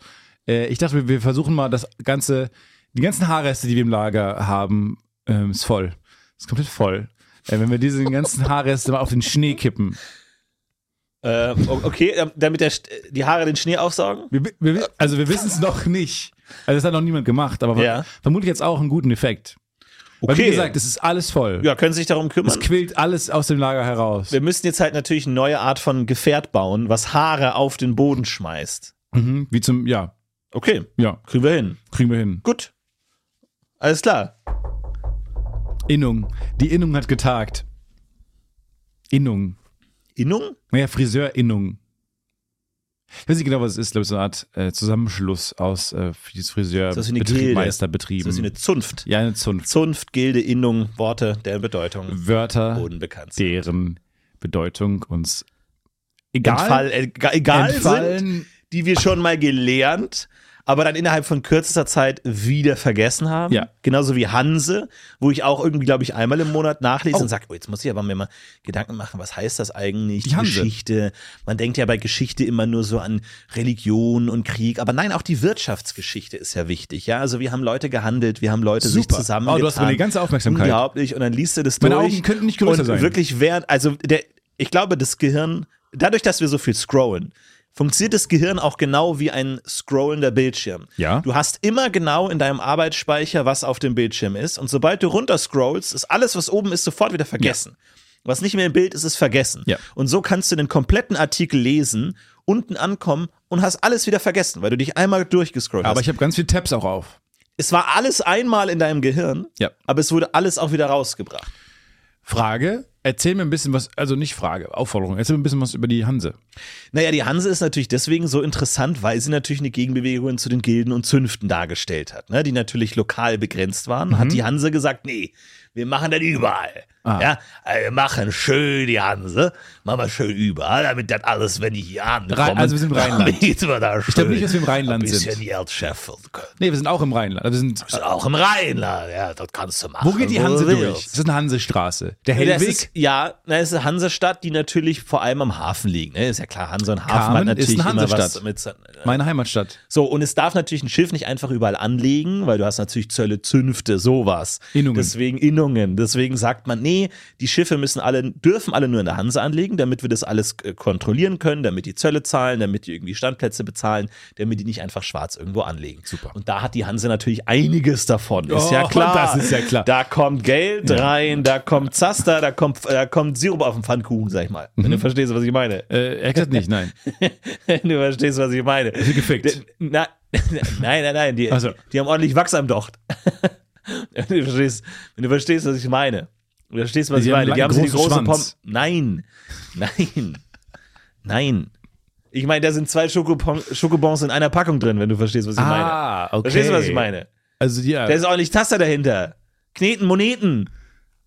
A: Äh, ich dachte, wir, wir versuchen mal das ganze, die ganzen Haarreste, die wir im Lager haben, ähm, ist voll. Ist komplett voll. Äh, wenn wir diese ganzen Haarreste mal auf den Schnee kippen.
D: Äh, okay, äh, damit der, St- die Haare den Schnee aufsaugen.
A: Wir, wi- wir, wi- also wir wissen es noch nicht. Also das hat noch niemand gemacht, aber ver-
D: Ja.
A: vermutlich jetzt auch einen guten Effekt. Weil wie
D: Okay.
A: gesagt, es ist alles voll.
D: Ja, können Sie sich darum kümmern.
A: Es quillt alles aus dem Lager heraus.
D: Wir müssen jetzt halt natürlich eine neue Art von Gefährt bauen, was Haare auf den Boden schmeißt.
A: Mhm. Wie zum, ja,
D: Okay,
A: ja,
D: kriegen wir hin.
A: kriegen wir hin.
D: Gut. Alles klar.
A: Innung. Die Innung hat getagt. Innung.
D: Innung?
A: Naja, Friseurinnung. Ich weiß nicht genau, was es ist. Ich glaube, so eine Art äh, Zusammenschluss aus äh, dieses Friseur,
D: Ist das wie eine
A: Betrieb,
D: Gilde?
A: Meisterbetrieben.
D: Das ist wie eine Zunft.
A: ja, eine Zunft.
D: Zunft, Gilde, Innung, Worte, deren Bedeutung Oh,
A: Wörter,
D: unbekannt. sind.
A: deren Bedeutung uns egal,
D: Entfall, äh, ga- egal sind,
A: entfallen.
D: die wir schon mal gelernt, aber dann innerhalb von kürzester Zeit wieder vergessen haben.
A: Ja.
D: Genauso wie Hanse, wo ich auch irgendwie, glaube ich, einmal im Monat nachlese
A: Oh.
D: und sage, oh, jetzt muss ich aber mir mal Gedanken machen, was heißt das eigentlich?
A: Die Hanse.
D: Geschichte. Man denkt ja bei Geschichte immer nur so an Religion und Krieg, aber nein, auch die Wirtschaftsgeschichte ist ja wichtig. Ja, also wir haben Leute gehandelt, wir haben Leute sich
A: Super.
D: zusammengetan.
A: Oh, du hast meine ganze Aufmerksamkeit.
D: Unglaublich. Und dann liest du das
A: Meine
D: durch.
A: Augen könnten nicht größer
D: und
A: sein.
D: Wirklich während, also der, ich glaube, das Gehirn, dadurch, dass wir so viel scrollen, funktioniert das Gehirn auch genau wie ein scrollender Bildschirm.
A: Ja.
D: Du hast immer genau in deinem Arbeitsspeicher, was auf dem Bildschirm ist. Und sobald du runterscrollst, ist alles, was oben ist, sofort wieder vergessen. Was nicht mehr im Bild ist, ist vergessen.
A: Ja.
D: Und so kannst du den kompletten Artikel lesen, unten ankommen und hast alles wieder vergessen, weil du dich einmal durchgescrollt hast
A: Aber ich habe ganz viele Tabs auch auf.
D: es war alles einmal in deinem Gehirn,
A: Ja.
D: aber es wurde alles auch wieder rausgebracht.
A: Frage, erzähl mir ein bisschen was, also nicht Frage, Aufforderung, erzähl mir ein bisschen was über die Hanse.
D: Naja, die Hanse ist natürlich deswegen so interessant, weil sie natürlich eine Gegenbewegung zu den Gilden und Zünften dargestellt hat, ne? die natürlich lokal begrenzt waren.
A: Mhm.
D: Hat die Hanse gesagt, nee, wir machen das überall.
A: Ah.
D: Ja, äh, wir machen schön die Hanse, machen wir schön überall, damit das alles, wenn die hier ankommen,
A: Rhein- also wir sind im Rheinland.
D: damit wir da
A: Ich glaube
D: schön
A: nicht, dass wir im Rheinland
D: ein bisschen
A: sind.
D: Geld scheffeln können.
A: Nee, wir sind auch im Rheinland. Also Wir sind,
D: Ist auch im Rheinland, ja, das kannst du machen.
A: wo geht die
D: du
A: Hanse durch?
D: willst.
A: Das ist eine Hansestraße. Der
D: Ja, das
A: Hellweg.
D: Ist, ja, na, es ist eine Hansestadt, die natürlich vor allem am Hafen liegt. Ne? Ist ja klar, Hanse und Hafen
A: Carmen
D: hat natürlich
A: ist eine
D: immer was
A: Hansestadt.
D: mit. sein-
A: meine Heimatstadt.
D: So, und es darf natürlich ein Schiff nicht einfach überall anlegen, weil du hast natürlich Zölle, Zünfte, sowas.
A: Innungen.
D: Deswegen Innungen. Deswegen sagt man, nee, die Schiffe müssen alle, dürfen alle nur in der Hanse anlegen, damit wir das alles äh, kontrollieren können, damit die Zölle zahlen, damit die irgendwie Standplätze bezahlen, damit die nicht einfach schwarz irgendwo anlegen.
A: Super.
D: Und da hat die Hanse natürlich einiges davon. Ist ja
A: Oh,
D: klar.
A: das ist ja klar.
D: Da kommt Geld rein, da kommt Zaster, da kommt, äh, da kommt Sirup auf den Pfannkuchen, sag ich mal. Wenn du
A: Mhm.
D: verstehst, was ich meine.
A: Äh, er gesagt nicht, nein.
D: Wenn du verstehst, was ich meine.
A: gefickt.
D: D- Na, nein, nein, nein. Die,
A: Ach so.
D: die haben ordentlich Wachs am Docht. wenn, du verstehst, wenn du verstehst, was ich meine. Wenn du verstehst, was
A: Die
D: ich
A: haben
D: meine.
A: einen
D: Die haben so die
A: großen
D: große Pommes.
A: Schwanz.
D: Nein. Nein. Nein. Ich meine, da sind zwei Schokopon Schokobons in einer Packung drin, wenn du verstehst, was ich meine.
A: Ah, okay.
D: Verstehst du, was ich meine?
A: Also ja.
D: Da Ah, ist ordentlich Taster dahinter. Kneten, Moneten.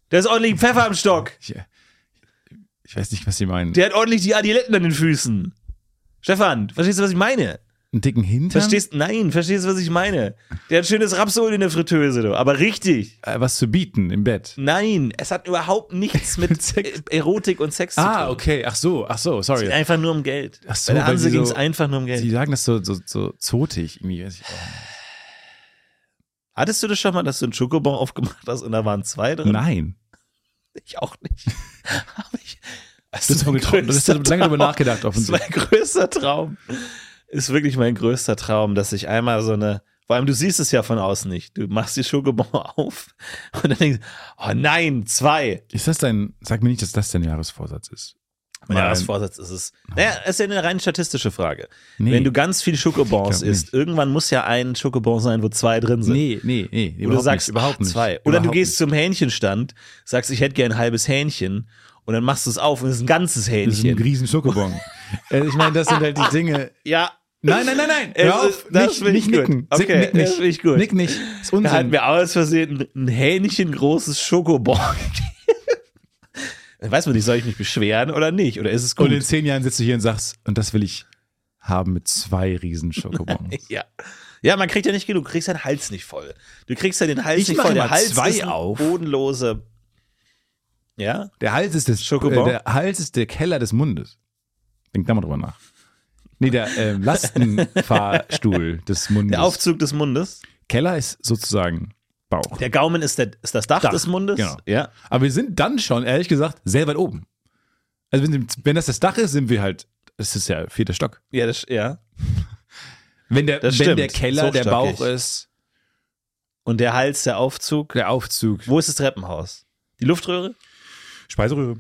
D: Da ist ordentlich Pfeffer am Stock.
A: ich, ich weiß nicht, was sie meinen.
D: Der hat ordentlich die Adiletten an den Füßen. Stefan, verstehst du, was ich meine?
A: Einen dicken Hintern?
D: Verstehst, nein, verstehst du, was ich meine? Der hat schönes Rapsöl in der Fritteuse, du. aber richtig.
A: Äh, was zu bieten im Bett.
D: Hm. Nein, es hat überhaupt nichts mit
A: Sex.
D: E- Erotik und Sex zu tun.
A: Ah, okay. Ach so, ach so,
D: Es ging
A: sorry.
D: einfach nur um Geld.
A: Ach so,
D: Bei der
A: weil
D: Hanse
A: sie
D: ging es
A: so-
D: einfach nur um Geld.
A: Sie sagen das so, so, so zotig. Irgendwie. weiß ich
D: Ähm.
A: auch
D: Hattest du das schon mal, dass du einen Schokobon aufgemacht hast und da waren zwei
A: nicht.
D: drin?
A: Nein.
D: Ich auch nicht. Hab ich. Das
A: Du hast davon getroffen. Du hast
D: größter
A: lange darüber
D: Traum.
A: nachgedacht,
D: Das ist mein
A: offensichtlich.
D: größter Traum. Ist wirklich mein größter Traum, dass ich einmal so eine. Vor allem, du siehst es ja von außen nicht. Du machst die Schokobon auf und dann denkst du, oh nein, zwei.
A: Ist das dein, sag mir nicht, dass das dein Jahresvorsatz ist.
D: Mein
A: Weil-
D: Jahresvorsatz ist es. Naja, es ist ja eine rein statistische Frage.
A: Nee.
D: Wenn du ganz viel Schokobons
A: Ich glaub
D: isst, irgendwann muss ja ein Schokobon sein, wo zwei drin sind.
A: Nee, nee, nee.
D: Oder du
A: überhaupt
D: sagst
A: nicht, überhaupt nicht.
D: zwei. Oder du
A: Überhaupt
D: gehst zum Hähnchenstand, sagst, ich hätte gern ein halbes Hähnchen und dann machst du es auf und es ist ein ganzes Hähnchen.
A: Das ist ein riesen Schokobon. Äh, ich meine, das sind halt die Dinge.
D: ja.
A: Nein, nein, nein, nein.
D: Es
A: Hör auf.
D: ist- das
A: nicht
D: finde ich
A: nicht
D: gut.
A: nicken. Sick,
D: Okay,
A: nick nicht.
D: das finde ich gut.
A: Nick nicht. Das ist
D: Da hatten
A: Unsinn.
D: wir aus Versehen ein hähnchengroßes Schokobon. dann weiß man nicht, soll ich mich beschweren oder nicht? Oder ist es gut?
A: Und in zehn Jahren sitzt du hier und sagst, und das will ich haben mit zwei riesen Schokobons.
D: Ja. Ja, man kriegt ja nicht genug, du kriegst deinen Hals nicht voll. Du kriegst ja den Hals
A: Ich
D: nicht
A: mach
D: voll. Der
A: immer
D: Hals
A: zwei
D: ist ein
A: auf.
D: bodenlose. Ja?
A: Der Hals ist das
D: Schokobon?
A: Äh, der Hals ist der Keller des Mundes. Denk da mal drüber nach. Nee, der ähm, Lastenfahrstuhl des Mundes.
D: Der Aufzug des Mundes.
A: Keller ist sozusagen Bauch.
D: Der Gaumen ist, der, ist das Dach,
A: Dach,
D: des Mundes.
A: genau.
D: Ja.
A: Aber wir sind dann schon, ehrlich gesagt, sehr weit oben. Also wenn, wenn das das Dach ist, sind wir halt, das ist ja vierter Stock.
D: Ja, das, ja.
A: Wenn der,
D: Das
A: wenn
D: stimmt.
A: der Keller der
D: Hochstockig.
A: Bauch ist,
D: Und der Hals, der Aufzug.
A: der Aufzug.
D: Wo ist das Treppenhaus? Die Luftröhre?
A: Speiseröhre.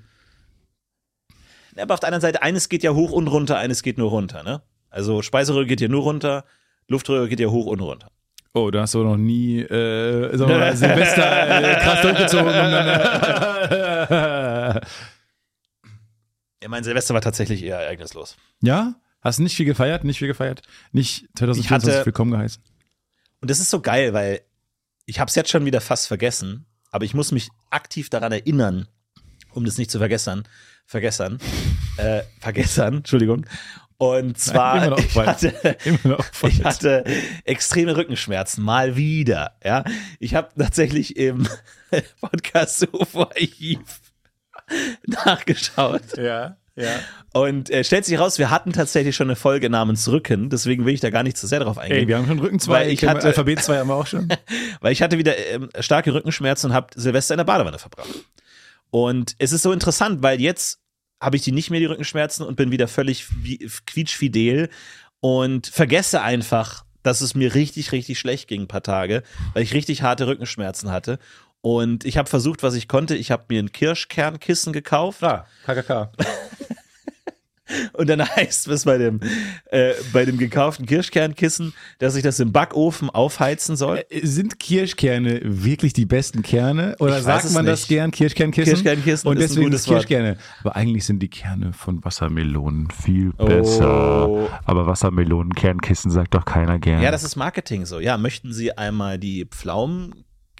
D: Ja, Aber auf der anderen Seite, eines geht ja hoch und runter, eines geht nur runter, ne? Also Speiseröhre geht ja nur runter, Luftröhre geht ja hoch und runter.
A: Oh, da hast du noch nie äh, sagen wir mal, Silvester äh, krass durchgezogen. Und dann, äh,
D: Ja, mein Silvester war tatsächlich eher ereignislos.
A: ja? Hast nicht viel gefeiert? Nicht viel gefeiert? Nicht
D: Ich hatte-
A: 2024 willkommen geheißen?
D: Und das ist so geil, weil ich habe es jetzt schon wieder fast vergessen, aber ich muss mich aktiv daran erinnern, um das nicht zu vergessen. Vergessen. äh, vergessen, Entschuldigung. Und zwar,
A: immer noch
D: ich
A: voll.
D: hatte,
A: Immer noch voll.
D: Ich hatte extreme Rückenschmerzen, mal wieder. Ja, ich habe tatsächlich im Podcast Archiv nachgeschaut
A: Ja, ja.
D: und äh, stellt sich raus, wir hatten tatsächlich schon eine Folge namens Rücken, deswegen will ich da gar nicht zu sehr drauf eingehen.
A: Ey, wir haben schon Rücken
D: Weil
A: 2,
D: ich hatte-
A: Alphabet 2 haben wir auch schon.
D: Weil ich hatte wieder ähm, starke Rückenschmerzen und habe Silvester in der Badewanne verbracht. Und es ist so interessant, weil jetzt habe ich die nicht mehr, die Rückenschmerzen, und bin wieder völlig wie- quietschfidel und vergesse einfach, dass es mir richtig, richtig schlecht ging ein paar Tage, weil ich richtig harte Rückenschmerzen hatte. Und ich habe versucht, was ich konnte. Ich habe mir ein Kirschkernkissen gekauft.
A: Ah, KKK.
D: Und dann heißt es bei dem, äh, bei dem gekauften Kirschkernkissen, dass ich das im Backofen aufheizen soll.
A: Äh, Sind Kirschkerne wirklich die besten Kerne? Oder
D: Ich weiß
A: sagt
D: es
A: man das
D: nicht.
A: gern, Kirschkernkissen?
D: Kirschkernkissen
A: Und
D: ist ein
A: deswegen
D: gutes Wort.
A: Kirschkerne. Aber eigentlich sind die Kerne von Wassermelonen viel
D: Oh.
A: besser. Aber Wassermelonenkernkissen sagt doch keiner gern.
D: Ja, das ist Marketing so. Ja, möchten Sie einmal die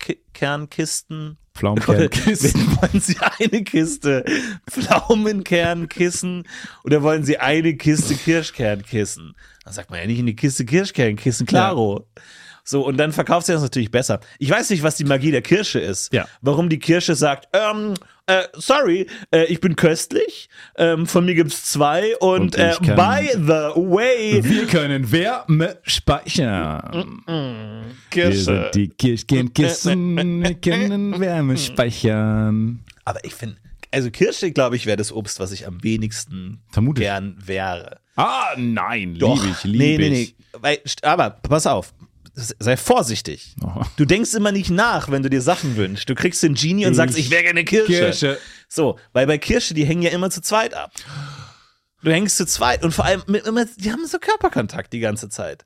D: Pflaumenkernkisten?
A: Pflaumenkernkisten.
D: wollen Sie eine Kiste Pflaumenkernkissen oder wollen Sie eine Kiste Kirschkernkissen? Dann sagt man ja nicht eine Kiste Kirschkernkissen, klaro. So, und dann verkauft sie das natürlich besser. Ich weiß nicht, was die Magie der Kirsche ist.
A: Ja.
D: Warum die Kirsche sagt, ähm, äh, sorry, äh, ich bin köstlich, ähm, von mir gibt's zwei
A: Und
D: und,
A: ich
D: äh,
A: kann-
D: by the way,
A: Wir können Wärme speichern. Wir sind die Kirschkernkissen. Wir können Wärme speichern.
D: Aber ich finde, also Kirsche, glaube ich, wäre das Obst, was ich am wenigsten
A: Vermutlich.
D: gern wäre.
A: Ah, nein. Liebe ich, liebe
D: nee, nee,
A: ich.
D: nee. Weil, aber pass auf, sei vorsichtig.
A: Oh.
D: Du denkst immer nicht nach, wenn du dir Sachen wünschst. Du kriegst den Genie und sagst, ich wäre gerne Kirsche.
A: Kirsche.
D: So, weil bei Kirsche, die hängen ja immer zu zweit ab. Du hängst zu zweit und vor allem mit immer, die haben so Körperkontakt die ganze Zeit.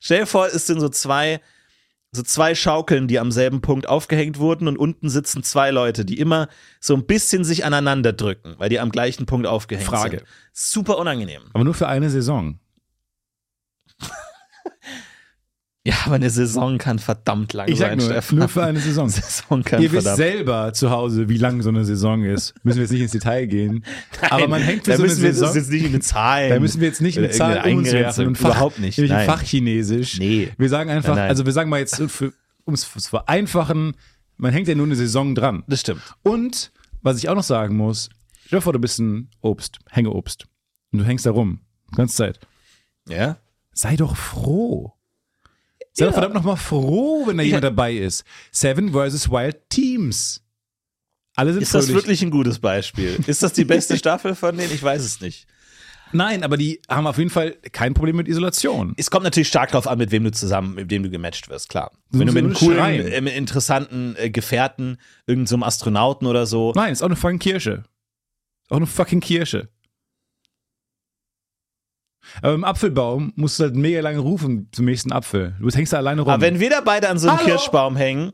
D: Stell dir vor, es sind so zwei, so zwei Schaukeln, die am selben Punkt aufgehängt wurden und unten sitzen zwei Leute, die immer so ein bisschen sich aneinander drücken, weil die am gleichen Punkt aufgehängt
A: Frage.
D: sind. Super unangenehm.
A: Aber nur für eine Saison.
D: Ja, aber eine Saison kann verdammt lang
A: Ich sag
D: sein,
A: nur,
D: Stefan.
A: nur für eine Saison.
D: Saison kann
A: Ihr wisst
D: verdammt.
A: selber zu Hause, wie lang so eine Saison ist. Müssen wir jetzt nicht ins Detail gehen. Aber man hängt für
D: da
A: so eine
D: müssen wir
A: Saison.
D: das jetzt nicht in eine Zahl.
A: da müssen wir jetzt nicht
D: Oder
A: mit Zahlen
D: irgendeine
A: um uns werfen
D: Eingrenzung.
A: und Fach,
D: Überhaupt nicht,
A: irgendwelchen
D: nein.
A: Fachchinesisch.
D: Nee.
A: Wir sagen einfach,
D: Nein, nein.
A: also wir sagen mal jetzt, für, um es zu vereinfachen, man hängt ja nur eine Saison dran.
D: Das stimmt.
A: Und was ich auch noch sagen muss, stell dir vor, du bist ein Obst, Hängeobst. Und du hängst da rum, die ganze Zeit.
D: Ja?
A: Sei doch froh. Sei
D: Ja.
A: doch verdammt nochmal froh, wenn da
D: Ich-
A: jemand dabei ist. Seven versus Wild Teams. Alle sind
D: Ist das
A: fröhlich.
D: wirklich ein gutes Beispiel? Ist das die beste Staffel von denen? Ich weiß es nicht.
A: Nein, aber die haben auf jeden Fall kein Problem mit Isolation.
D: Es kommt natürlich stark drauf an, mit wem du zusammen, mit wem du gematcht wirst, klar.
A: So
D: Wenn du
A: ein
D: mit einem
A: Schrein.
D: coolen, äh, mit interessanten äh, Gefährten, irgendeinem so einem Astronauten oder so.
A: Nein, ist auch eine fucking Kirsche. Ist Auch eine fucking Kirsche. Aber im Apfelbaum musst du halt mega lange rufen zum nächsten Apfel. Du hängst da alleine rum.
D: Aber wenn wir da beide an so einem
A: Hallo?
D: Kirschbaum hängen,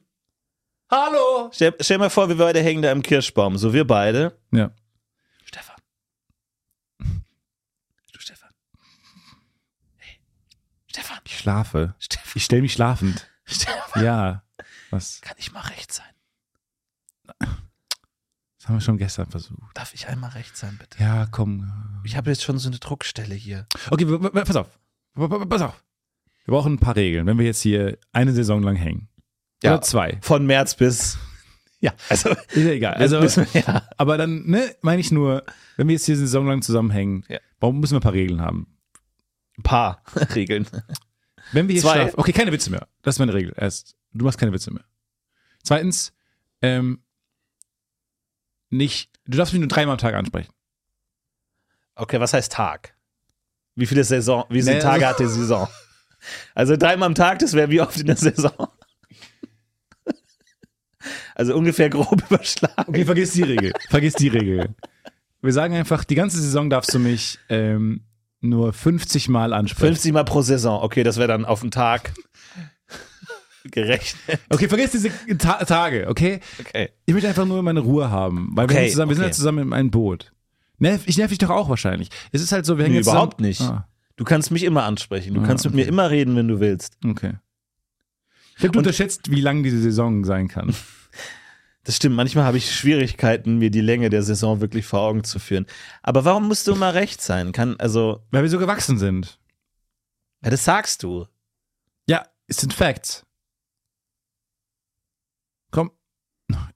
A: Hallo!
D: stell, stell mal vor, wir beide hängen da im Kirschbaum, so wir beide.
A: Ja.
D: Stefan. Du Stefan. Hey. Stefan.
A: Ich schlafe.
D: Stefan.
A: Ich stelle mich schlafend.
D: Stefan.
A: Ja. Was?
D: Kann ich mal rechts sein?
A: Das haben wir schon gestern versucht.
D: Darf ich einmal rechts sein, bitte?
A: Ja, komm.
D: Ich habe jetzt schon so eine Druckstelle hier.
A: Okay, w- w- pass auf. W- w- Pass auf. Wir brauchen ein paar Regeln, wenn wir jetzt hier eine Saison lang hängen.
D: Ja.
A: Oder zwei.
D: Von März bis.
A: Ja.
D: Also,
A: Ist ja egal. Also,
D: bis, ja.
A: aber dann, ne, meine ich nur, wenn wir jetzt hier eine Saison lang zusammenhängen,
D: Ja.
A: warum müssen wir ein paar Regeln haben?
D: ein paar Regeln.
A: Wenn wir hier
D: Zwei.
A: schlafen. Okay, keine Witze mehr. Das ist meine Regel. Erst, du machst keine Witze mehr. Zweitens, ähm, nicht Du darfst mich nur dreimal am Tag ansprechen.
D: Okay, was heißt Tag? Wie viele Saison, wie viele
A: Nee,
D: Tage
A: also-
D: hat die Saison? Also dreimal am Tag, das wäre wie oft in der Saison? Also ungefähr grob überschlagen.
A: Okay, vergiss die Regel. vergiss die Regel. Wir sagen einfach, die ganze Saison darfst du mich ähm, nur 50 Mal ansprechen.
D: 50 Mal pro Saison. Okay, das wäre dann auf den Tag gerechnet.
A: Okay, vergiss diese Ta Tage, okay?
D: Okay.
A: Ich möchte einfach nur meine Ruhe haben, weil wir,
D: Okay,
A: hängen zusammen, wir sind
D: okay.
A: ja zusammen in einem Boot. Nerv, ich nerv dich doch auch wahrscheinlich. Es ist halt so, wir hängen
D: Nee,
A: jetzt zusammen-
D: überhaupt nicht.
A: Ah,
D: Du kannst mich immer ansprechen. Du
A: Ah,
D: kannst mit mir immer reden, wenn du willst.
A: okay. Ich habe unterschätzt, wie lang diese Saison sein kann.
D: Das stimmt, manchmal habe ich Schwierigkeiten, mir die Länge der Saison wirklich vor Augen zu führen. Aber warum musst du immer recht sein? Kann, also,
A: Weil wir so gewachsen sind.
D: ja, das sagst du.
A: Ja, es sind Facts. Komm.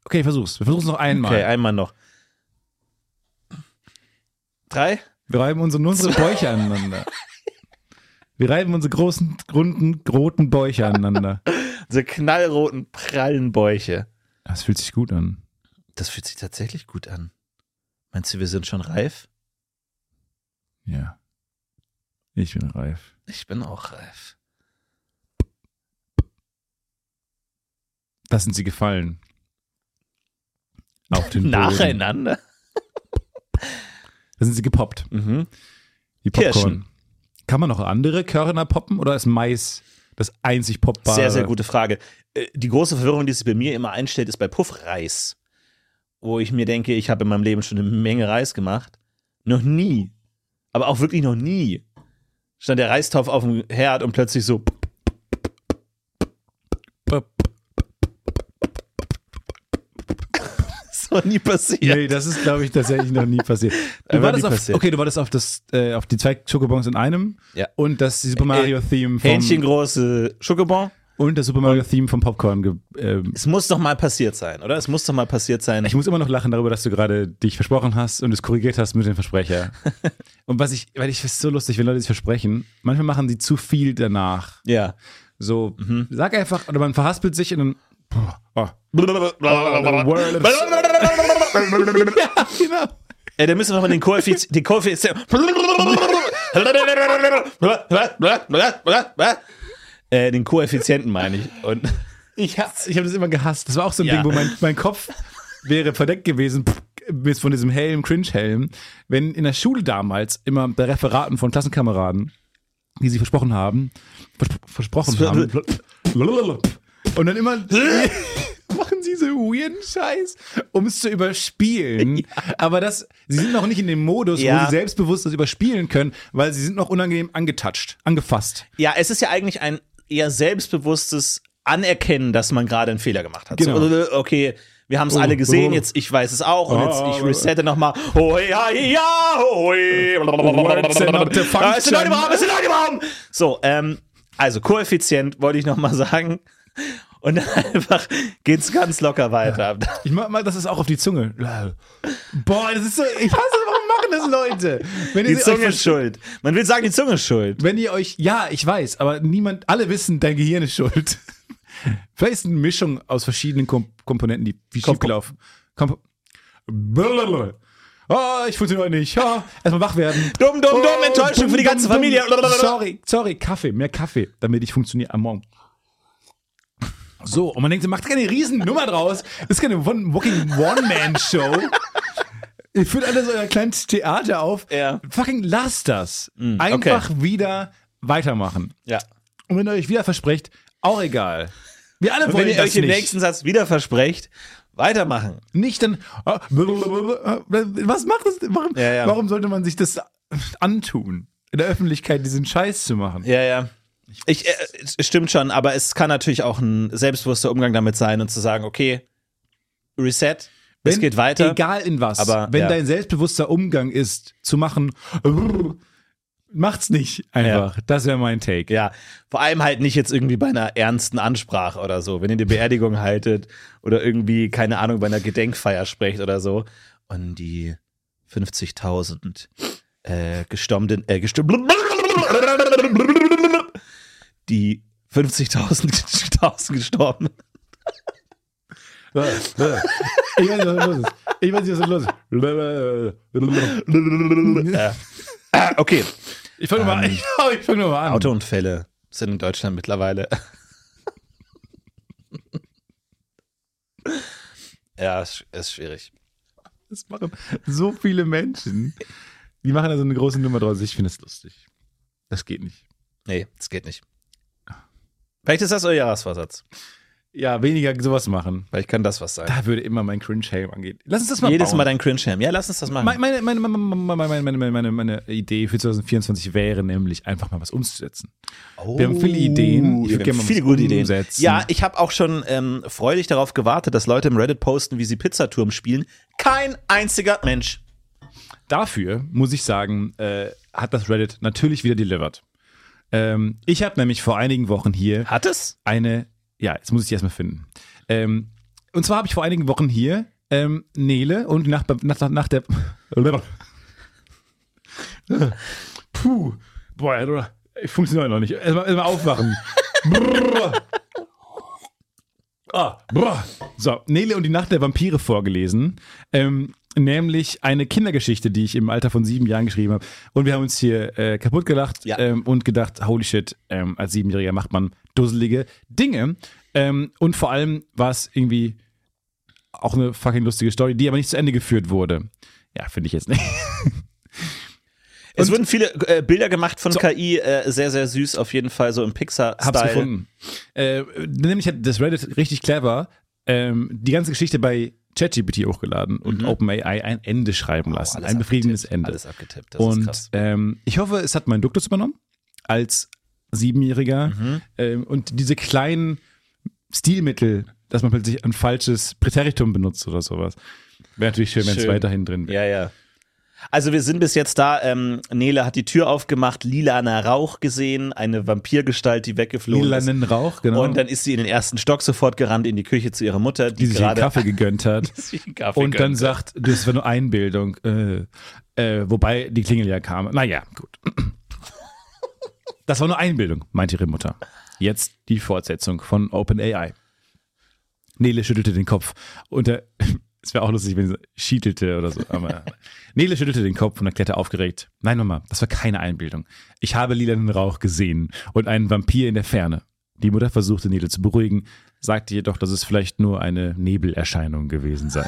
A: Okay, versuch's. Wir versuchen's noch einmal.
D: Okay, einmal noch. Drei?
A: Wir reiben unsere, nur unsere Bäuche aneinander. Wir reiben unsere großen, runden, roten Bäuche aneinander.
D: Diese knallroten, prallen Bäuche.
A: Das fühlt sich gut an.
D: Das fühlt sich tatsächlich gut an. Meinst du, wir sind schon reif?
A: Ja. Ich bin reif.
D: Ich bin auch reif.
A: Das sind sie gefallen. Auf den Boden.
D: Nacheinander?
A: Da sind sie gepoppt.
D: Mhm.
A: Die Popcorn.
D: Kirschen.
A: Kann man noch andere Körner poppen oder ist Mais das einzig poppbare?
D: Sehr, sehr gute Frage. Äh, Die große Verwirrung, die sich bei mir immer einstellt, ist bei Puffreis. Wo ich mir denke, ich habe in meinem Leben schon eine Menge Reis gemacht. Noch nie. Aber auch wirklich noch nie. Stand der Reistopf auf dem Herd und plötzlich so.
A: Pop.
D: Das war nie passiert.
A: Nee, das ist, glaube ich, tatsächlich noch nie passiert. Du
D: Einfach
A: wartest
D: nie
A: auf,
D: passiert.
A: Okay, du wartest auf, das, äh, auf die zwei Schokobons in einem
D: Ja. Äh,
A: und das Super Mario-Theme vom,
D: Hähnchengroße Schokobon.
A: und das Super Mario-Theme vom Popcorn. Ge ähm,
D: Es muss doch mal passiert sein, oder? Es muss doch mal passiert sein.
A: ich muss immer noch lachen darüber, dass du gerade dich versprochen hast und es korrigiert hast mit dem Versprecher. und was ich, weil ich es so lustig, wenn Leute sich versprechen, manchmal machen sie zu viel danach.
D: Ja.
A: So,
D: Mhm.
A: sag einfach, oder man verhaspelt sich und dann. boah, Oh, genau.
D: Ey, da müssen wir mal den Koeffizienten. Den Koeffizien äh, den Koeffizienten meine ich. Und
A: Ich habe ich hab das immer gehasst. Das war auch so ein
D: Ja.
A: Ding, wo mein, mein Kopf wäre verdeckt gewesen pff, bis von diesem Helm, Cringe-Helm, wenn in der Schule damals immer bei Referaten von Klassenkameraden, die sie versprochen haben, vers versprochen haben, und dann immer machen sie so weirden Scheiß, um es zu überspielen. Aber das, sie sind noch nicht in dem Modus,
D: Ja.
A: wo sie selbstbewusst das überspielen können, weil sie sind noch unangenehm angetouched, angefasst.
D: ja, es ist ja eigentlich ein eher selbstbewusstes Anerkennen, dass man gerade einen Fehler gemacht hat.
A: Genau.
D: So, äh, okay, wir haben es alle gesehen,
A: oh.
D: jetzt ich weiß es auch und jetzt
A: Ah,
D: ich
A: aber-
D: resette nochmal. Oh ja, ja, oh ja.
A: Words are not the
D: Ah, Es sind Leute
A: function.
D: im Raum, es sind Leute im Raum. So, ähm, also Koeffizient wollte ich nochmal sagen. Und dann einfach geht's ganz locker weiter.
A: Ich mach mal, das ist auch auf die Zunge. Boah, das ist so. Ich hasse, warum machen das Leute? Wenn
D: Die
A: sie
D: Zunge ist
A: euch,
D: schuld. Man will sagen, die Zunge ist schuld.
A: wenn ihr euch, ja, ich weiß, aber niemand, alle wissen, dein Gehirn ist schuld. Vielleicht ist eine Mischung aus verschiedenen Kom Komponenten, die wie
D: Kom-
A: schiefgelaufen. Kom Blablabla. Ah, ich funktioniere heute nicht. Ah, erstmal wach werden.
D: Dumm, dumm, dumm,
A: Oh,
D: Enttäuschung
A: dumm,
D: für die ganze
A: dumm,
D: Familie.
A: dumm. Sorry, sorry, Kaffee, mehr Kaffee, damit ich funktioniere am Morgen. So, und man denkt, macht keine Riesennummer draus. Ist keine One- Walking One-Man-Show. Ihr führt alles euer kleines Theater auf.
D: Ja. Mm,
A: Fucking lasst das. Einfach wieder weitermachen.
D: Ja.
A: Und wenn ihr euch wieder versprecht, auch egal. Wir alle
D: Und wenn
A: wollen
D: ihr
A: das
D: euch im
A: nicht.
D: nächsten Satz wieder versprecht, weitermachen.
A: nicht dann. ah, blablabla, ah, Was macht das? Warum,
D: Ja, ja.
A: warum sollte man sich das antun? In der Öffentlichkeit diesen Scheiß zu machen.
D: Ja, ja. Ich, äh, es stimmt schon, aber es kann natürlich auch ein selbstbewusster Umgang damit sein und zu sagen, okay, Reset, es
A: Wenn-
D: geht weiter.
A: Egal in was.
D: Aber,
A: wenn
D: ja.
A: dein selbstbewusster Umgang ist, zu machen, macht's nicht einfach. Das wäre mein Take.
D: Ja, vor allem halt nicht jetzt irgendwie bei einer ernsten Ansprache oder so, wenn ihr eine Beerdigung haltet oder irgendwie, keine Ahnung, bei einer Gedenkfeier sprecht oder so. Und die 50.000 äh, gestorbenen, äh, gestorben, die 50.000 gestorben.
A: Ich weiß nicht, was los ist. Ich weiß nicht, was los ist.
D: Äh, ah, okay,
A: Ich fange mal,
D: Ähm.
A: ich, ich fang nur mal an.
D: Autounfälle sind in Deutschland mittlerweile. ja, ist, ist schwierig.
A: Das machen so viele Menschen. Die machen da so eine große Nummer draus. Ich finde es lustig. Das geht nicht.
D: Nee, das geht nicht. Vielleicht ist das euer Jahresvorsatz.
A: Ja, weniger sowas machen.
D: Vielleicht kann das was sein.
A: Da würde immer mein Cringe-Helm angehen. Lass uns das mal
D: Jedes
A: bauen.
D: Mal dein Cringe-Ham. Ja, lass uns das machen.
A: Meine, meine, meine, meine, meine, meine, meine, meine, meine Idee für 2024 wäre nämlich, einfach mal was umzusetzen. Wir haben viele Ideen. Ich
D: Wir
A: würde gerne
D: haben
A: mal
D: viele
A: was
D: gute Ideen.
A: umsetzen.
D: Ja, ich habe auch schon ähm, freudig darauf gewartet, dass Leute im Reddit posten, wie sie Pizzaturm spielen. Kein einziger Mensch.
A: Dafür muss ich sagen, äh, hat das Reddit natürlich wieder delivered. Ähm, ich habe nämlich vor einigen Wochen hier
D: Hat es?
A: eine, ja, jetzt muss ich die erstmal finden. Ähm, und zwar habe ich vor einigen Wochen hier ähm, Nele und nach, nach, nach der. Puh, boah, ich funktioniert noch nicht. Erstmal erstmal aufwachen. Brrr. Ah, brrr. So, Nele und die Nacht der Vampire vorgelesen. Ähm, nämlich eine Kindergeschichte, die ich im Alter von sieben Jahren geschrieben habe. Und wir haben uns hier äh, kaputt gelacht
D: Ja.
A: ähm, und gedacht, holy shit, ähm, als Siebenjähriger macht man dusselige Dinge. Ähm, und vor allem war es irgendwie auch eine fucking lustige Story, die aber nicht zu Ende geführt wurde. Ja, finde ich jetzt nicht.
D: Es wurden viele äh, Bilder gemacht von KI, äh, sehr, sehr süß, auf jeden Fall, so im Pixar-Style.
A: Hab's gefunden. Äh, nämlich hat das Reddit richtig clever ähm, die ganze Geschichte bei ChatGPT hochgeladen und OpenAI ein Ende schreiben lassen.
D: Mhm. Oh, alles
A: ein befriedigendes
D: abgetippt,
A: Ende.
D: alles abgetippt, das ist
A: und
D: krass.
A: Ähm, ich hoffe, es hat meinen Duktus übernommen als Siebenjähriger.
D: Mhm.
A: Ähm, und diese kleinen Stilmittel, dass man plötzlich ein falsches Präteritum benutzt oder sowas. Wäre natürlich schön, wenn es
D: Schön.
A: weiterhin drin wäre.
D: Ja, ja. Also wir sind bis jetzt da, ähm, Nele hat die Tür aufgemacht, lilaner Rauch gesehen, eine Vampirgestalt, die weggeflogen ist.
A: Lilanen Rauch, genau.
D: Und dann ist sie in den ersten Stock sofort gerannt in die Küche zu ihrer Mutter, die,
A: die sich einen
D: gerade
A: Kaffee gegönnt hat.
D: sich einen Kaffee
A: und dann
D: gönnt.
A: sagt, das war nur Einbildung. Äh, äh, wobei die Klingel ja kam. Naja, gut. Das war nur Einbildung, meinte ihre Mutter. Jetzt die Fortsetzung von OpenAI. Nele schüttelte den Kopf. Und er, es wäre auch lustig, wenn sie schietelte oder so. Aber Nele schüttelte den Kopf und erklärte aufgeregt: Nein, Mama, das war keine Einbildung. Ich habe lilanen Rauch gesehen und einen Vampir in der Ferne. Die Mutter versuchte Nele zu beruhigen, sagte jedoch, dass es vielleicht nur eine Nebelerscheinung gewesen sei.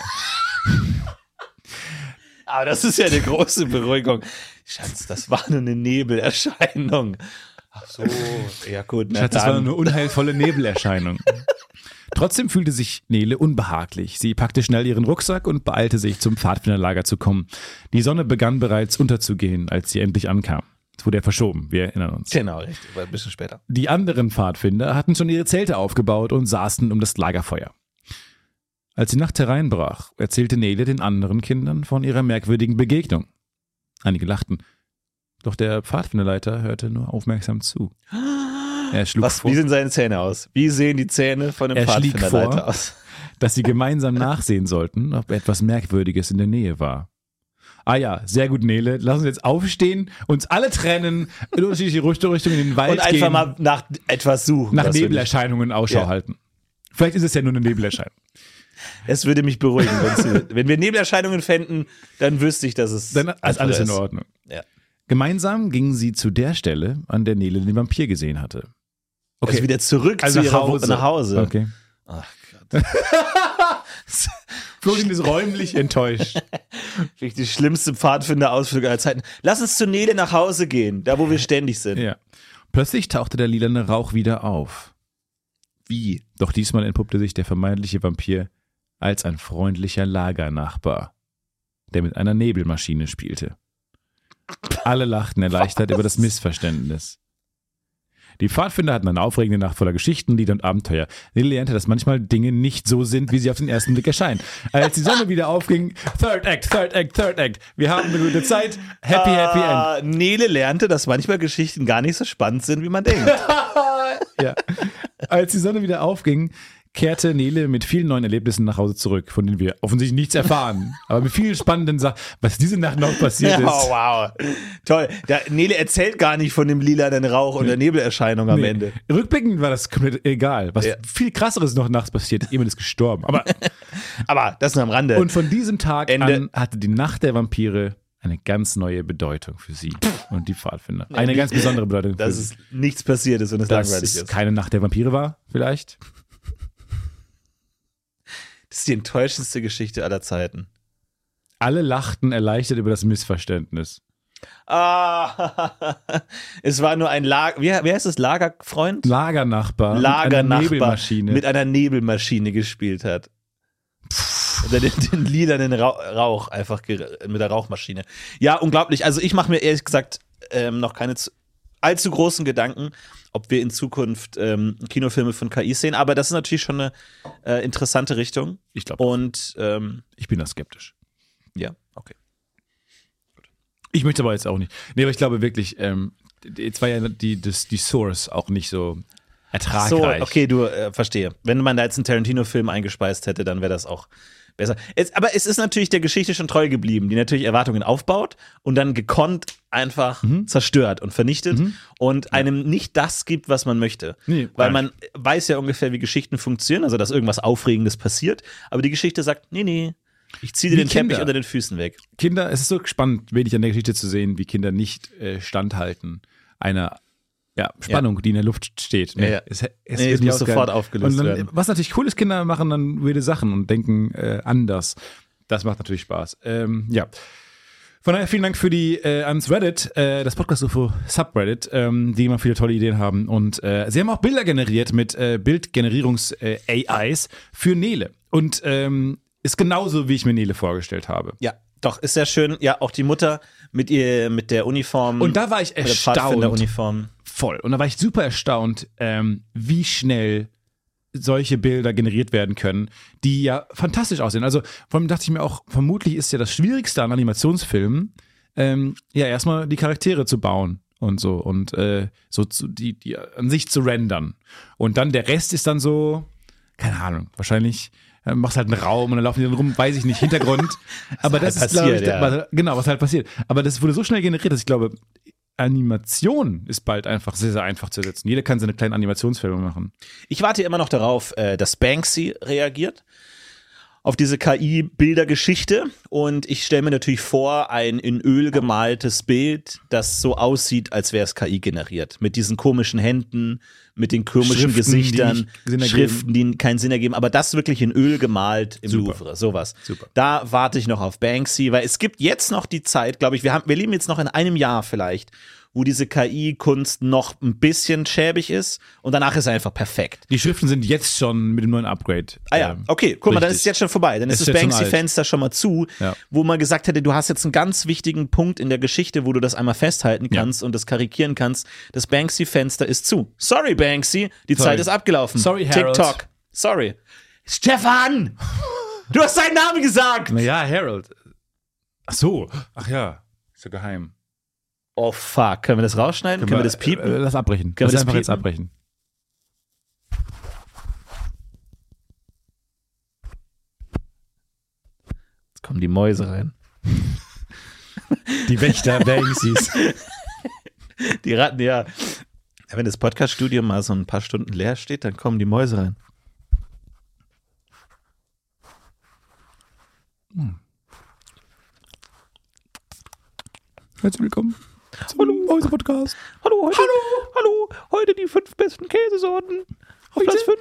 D: Aber das ist ja eine große Beruhigung. Schatz, das war nur eine Nebelerscheinung. Ach so, ja gut. Na
A: Schatz, das
D: dann.
A: war nur eine unheilvolle Nebelerscheinung. Trotzdem fühlte sich Nele unbehaglich. Sie packte schnell ihren Rucksack und beeilte sich, zum Pfadfinderlager zu kommen. Die Sonne begann bereits unterzugehen, als sie endlich ankam. Es wurde ja verschoben, wir erinnern uns.
D: Genau, richtig, aber ein bisschen später.
A: Die anderen Pfadfinder hatten schon ihre Zelte aufgebaut und saßen um das Lagerfeuer. Als die Nacht hereinbrach, erzählte Nele den anderen Kindern von ihrer merkwürdigen Begegnung. Einige lachten, doch der Pfadfinderleiter hörte nur aufmerksam zu. Er schlug
D: Was,
A: vor,
D: wie sehen seine Zähne aus? Wie sehen die Zähne von dem
A: Er schlieg
D: Pfadfinderleiter
A: vor.
D: aus?
A: dass sie gemeinsam nachsehen sollten, ob etwas Merkwürdiges in der Nähe war. Ah ja, sehr gut, Nele. Lass uns jetzt aufstehen, uns alle trennen, in unterschiedliche Richt- Richtungen in den Wald
D: Und einfach
A: gehen,
D: mal nach etwas suchen.
A: nach
D: Das würde mich-
A: Nebelerscheinungen Ausschau
D: Ja.
A: halten. Vielleicht ist es ja nur eine Nebelerscheinung.
D: Es würde mich beruhigen, wenn's- wenn wir Nebelerscheinungen fänden, dann wüsste ich, dass es
A: Dann ist
D: einfach
A: alles in
D: ist.
A: Ordnung.
D: Ja.
A: Gemeinsam gingen sie zu der Stelle, an der Nele den Vampir gesehen hatte.
D: Also wieder zurück
A: Also
D: zu
A: nach
D: ihrer
A: Hause.
D: nach Hause.
A: Okay.
D: Ach Gott.
A: Florian ist räumlich enttäuscht.
D: Wirklich die schlimmste Pfadfinderausflug aller Zeiten. Lass uns zu Nele nach Hause gehen, da wo wir ständig sind.
A: Ja. Plötzlich tauchte der lilane Rauch wieder auf. Wie? Doch diesmal entpuppte sich der vermeintliche Vampir als ein freundlicher Lagernachbar, der mit einer Nebelmaschine spielte. Alle lachten erleichtert über das Missverständnis. Die Pfadfinder hatten eine aufregende Nacht voller Geschichten, Lieder und Abenteuer. Lilly lernte, dass manchmal Dinge nicht so sind, wie sie auf den ersten Blick erscheinen. Als die Sonne wieder aufging, Third Act, Third Act, Third Act. Wir haben eine gute Zeit. Happy, happy end.
D: Ah, Nele lernte, dass manchmal Geschichten gar nicht so spannend sind, wie man denkt.
A: ja. Als die Sonne wieder aufging, kehrte Nele mit vielen neuen Erlebnissen nach Hause zurück, von denen wir offensichtlich nichts erfahren. aber mit vielen spannenden Sachen, was diese Nacht noch passiert
D: Ja,
A: ist.
D: Oh, wow. Toll. Da, Nele erzählt gar nicht von dem lilanen Rauch und der Nebelerscheinung am
A: Nee.
D: Ende.
A: Rückblickend war das komplett egal. Was
D: Ja.
A: viel krasseres noch nachts passiert ist, jemand ist gestorben. Aber
D: Aber das nur am Rande.
A: Und von diesem Tag
D: Ende.
A: an hatte die Nacht der Vampire eine ganz neue Bedeutung für sie und die Pfadfinder. Eine ganz besondere Bedeutung.
D: dass
A: für
D: es nichts passiert ist und es
A: dass
D: langweilig
A: es
D: ist.
A: keine Nacht der Vampire war, vielleicht.
D: Das ist die enttäuschendste Geschichte aller Zeiten.
A: Alle lachten erleichtert über das Missverständnis.
D: Ah, es war nur ein Lager. Wie, wie heißt es? Lagerfreund?
A: Lagernachbar. mit einer
D: Lagernachbar
A: Nebelmaschine.
D: mit einer Nebelmaschine gespielt hat. Oder den, den lilanen Rauch, Rauch einfach ge- mit der Rauchmaschine. Ja, unglaublich. Also ich mache mir ehrlich gesagt ähm, noch keine zu, allzu großen Gedanken, ob wir in Zukunft ähm, Kinofilme von KI sehen. Aber das ist natürlich schon eine äh, interessante Richtung.
A: ich glaube,
D: Und ähm,
A: ich bin da skeptisch.
D: ja, okay.
A: Ich möchte aber jetzt auch nicht. Nee, aber ich glaube wirklich, ähm, jetzt war ja die, das, die Source auch nicht so
D: So,
A: ertragreich.
D: okay, du äh, verstehe. Wenn man da jetzt einen Tarantino-Film eingespeist hätte, dann wäre das auch besser. Es, aber es ist natürlich der Geschichte schon treu geblieben, die natürlich Erwartungen aufbaut und dann gekonnt einfach
A: Mhm.
D: zerstört und vernichtet und einem nicht das gibt, was man möchte.
A: Nee,
D: Weil
A: gar
D: man weiß ja ungefähr, wie Geschichten funktionieren, also dass irgendwas Aufregendes passiert, aber die Geschichte sagt, nee, nee, ich ziehe dir
A: Wie
D: den Teppich
A: Kinder.
D: unter den Füßen weg.
A: Kinder, es ist so spannend, wenig an der Geschichte zu sehen, wie Kinder nicht äh, standhalten einer ja, Spannung, die in der Luft steht. Ne?
D: Ja, ja.
A: Es, es,
D: Nee, es
A: wird
D: muss
A: auch geil.
D: sofort aufgelöst
A: und dann,
D: werden.
A: Was natürlich cool ist, Kinder machen dann wilde Sachen und denken äh, anders. Das macht natürlich Spaß. Ähm, ja. Von daher vielen Dank für die äh, ans Reddit, äh, das Podcast UFO Subreddit, ähm, die immer viele tolle Ideen haben. Und äh, sie haben auch Bilder generiert mit äh, Bildgenerierungs-AIs für Nele. Und ähm, ist genauso, wie ich mir Nele vorgestellt habe.
D: Ja, doch, ist sehr schön. Ja, auch die Mutter mit ihr, mit der Uniform.
A: Und da war ich
D: mit der
A: erstaunt.
D: Pfadfinderuniform.
A: Voll. Und da war ich super erstaunt, ähm, wie schnell solche Bilder generiert werden können, die ja fantastisch aussehen. Also vor allem dachte ich mir auch, vermutlich ist ja das Schwierigste an Animationsfilmen, ähm, ja erstmal die Charaktere zu bauen und so und äh, so zu, die, die an sich zu rendern. Und dann der Rest ist dann so, keine Ahnung, wahrscheinlich äh, machst halt einen Raum und dann laufen die dann rum, weiß ich nicht, Hintergrund. Aber das
D: halt
A: ist, glaube ich,
D: passiert,
A: da- genau, was halt passiert. Aber das wurde so schnell generiert, dass ich glaube, Animation ist bald einfach sehr, sehr einfach zu ersetzen. Jeder kann seine kleinen Animationsfilme machen.
D: Ich warte immer noch darauf, äh, dass Banksy reagiert auf diese KI-Bildergeschichte und ich stelle mir natürlich vor, ein in Öl gemaltes Bild, das so aussieht, als wäre es KI generiert. Mit diesen komischen Händen, mit den komischen
A: Schriften, die
D: Gesichtern,
A: nicht Sinn ergeben.
D: Schriften, die keinen Sinn ergeben, aber das wirklich in Öl gemalt im
A: Super.
D: Louvre, sowas.
A: Super.
D: Da warte ich noch auf Banksy, weil es gibt jetzt noch die Zeit, glaube ich, wir, haben, wir leben jetzt noch in einem Jahr vielleicht, wo diese KI-Kunst noch ein bisschen schäbig ist und danach ist sie einfach perfekt.
A: Die Schriften sind jetzt schon mit dem neuen Upgrade.
D: Ah ja,
A: ähm,
D: okay, guck mal, dann
A: richtig.
D: ist es jetzt schon vorbei. Dann ist,
A: Ist
D: das
A: jetzt schon alt.
D: Banksy-Fenster schon mal zu,
A: Ja.
D: wo man gesagt hätte, du hast jetzt einen ganz wichtigen Punkt in der Geschichte, wo du das einmal festhalten kannst und das karikieren kannst. Das Banksy-Fenster ist zu. Sorry, Banksy, die
A: Sorry.
D: Zeit ist abgelaufen.
A: Sorry, Harold.
D: TikTok. Sorry. Stefan! Du hast seinen Namen gesagt!
A: Naja, Harold. Ach so. Ach ja. Ist ja geheim.
D: Oh fuck, können wir das rausschneiden? Können, wir das
A: Äh,
D: piepen?
A: lass abbrechen.
D: Können wir
A: lass einfach
D: das piepen?
A: jetzt abbrechen. äh,
D: Jetzt kommen die Mäuse rein.
A: Die Wächter Banksys.
D: Die Ratten, ja. Wenn das Podcast-Studio mal so ein paar Stunden leer steht, dann kommen die Mäuse rein.
A: Herzlich willkommen zum Mäuse Podcast.
D: Hallo, heute, hallo, hallo, heute die fünf besten Käsesorten. Auf
A: Heute
D: Platz fünf.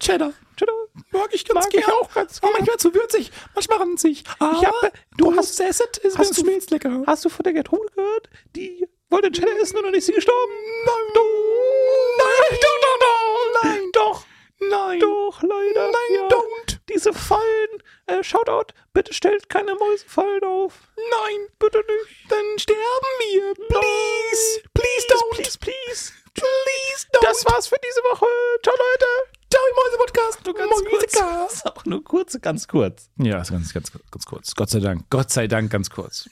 A: Cheddar.
D: Cheddar.
A: Mag ich ganz
D: Mag ich
A: gerne.
D: auch ganz
A: Aber manchmal zu würzig, manchmal ranzig. Aber
D: hab- äh, du hast-
A: es ist es
D: hast
A: wenn's
D: du-
A: schmilzt lecker.
D: Hast du von der Gertrude gehört? Die wollte Cheddar essen und dann ist sie gestorben. Nein. Du, nein. Doch, doch, doch. Nein. Doch.
A: Nein.
D: Doch, leider.
A: Nein,
D: ja.
A: don't.
D: Diese Fallen. Äh, Shoutout. Bitte stellt keine Mäusefallen auf.
A: Nein.
D: Bitte nicht.
A: Dann sterben wir. Please. Please don't.
D: Please, please.
A: Please don't.
D: Das war's für diese Woche. Ciao, Leute.
A: Ciao, Mäuse Podcast. Du
D: Das ist auch nur kurz, ganz kurz.
A: Ja, ist ganz, ganz, ganz kurz. Gott sei Dank. Gott sei Dank ganz kurz.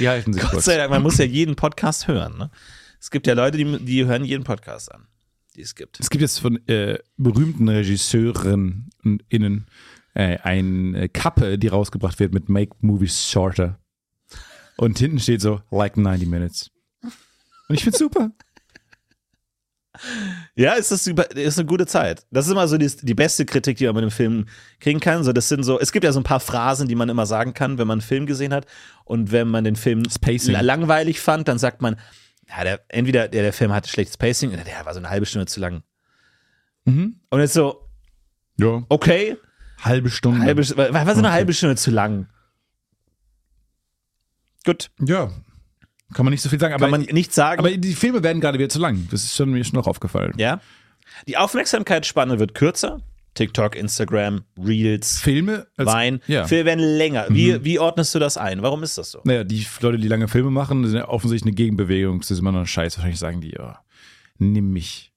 A: Die halten sich
D: Gott
A: kurz.
D: sei Dank, man muss ja jeden Podcast hören. Ne? Es gibt ja Leute, die, die hören jeden Podcast an, die es gibt.
A: Es gibt jetzt von äh, berühmten Regisseurinnen und innen äh, eine Kappe, die rausgebracht wird mit Make Movies Shorter. Und hinten steht so, like 90 Minutes. Und ich find's super.
D: Ja, es ist, über- ist eine gute Zeit. Das ist immer so die, die beste Kritik, die man mit dem Film kriegen kann. So, das sind so, es gibt ja so ein paar Phrasen, die man immer sagen kann, wenn man einen Film gesehen hat. Und wenn man den Film
A: Pacing.
D: la- langweilig fand, dann sagt man, ja, der, entweder der, der Film hatte schlechtes Pacing oder der war so eine halbe Stunde zu lang. Und jetzt so,
A: Ja.
D: okay,
A: Halbe Stunde.
D: halbe, war, war so eine
A: Okay.
D: halbe Stunde zu lang. Gut,
A: ja. Kann man nicht so viel sagen, aber,
D: kann man nicht sagen.
A: aber die Filme werden gerade wieder zu lang. Das ist schon, mir schon noch aufgefallen.
D: ja. Die Aufmerksamkeitsspanne wird kürzer. TikTok, Instagram, Reels,
A: Filme als,
D: Wein.
A: Ja. Mhm.
D: Filme werden länger. Wie, wie ordnest du das ein? Warum ist das so?
A: Naja, die Leute, die lange Filme machen, sind ja offensichtlich eine Gegenbewegung. Das ist immer noch ein Scheiß. Wahrscheinlich sagen die, ja, nimm mich.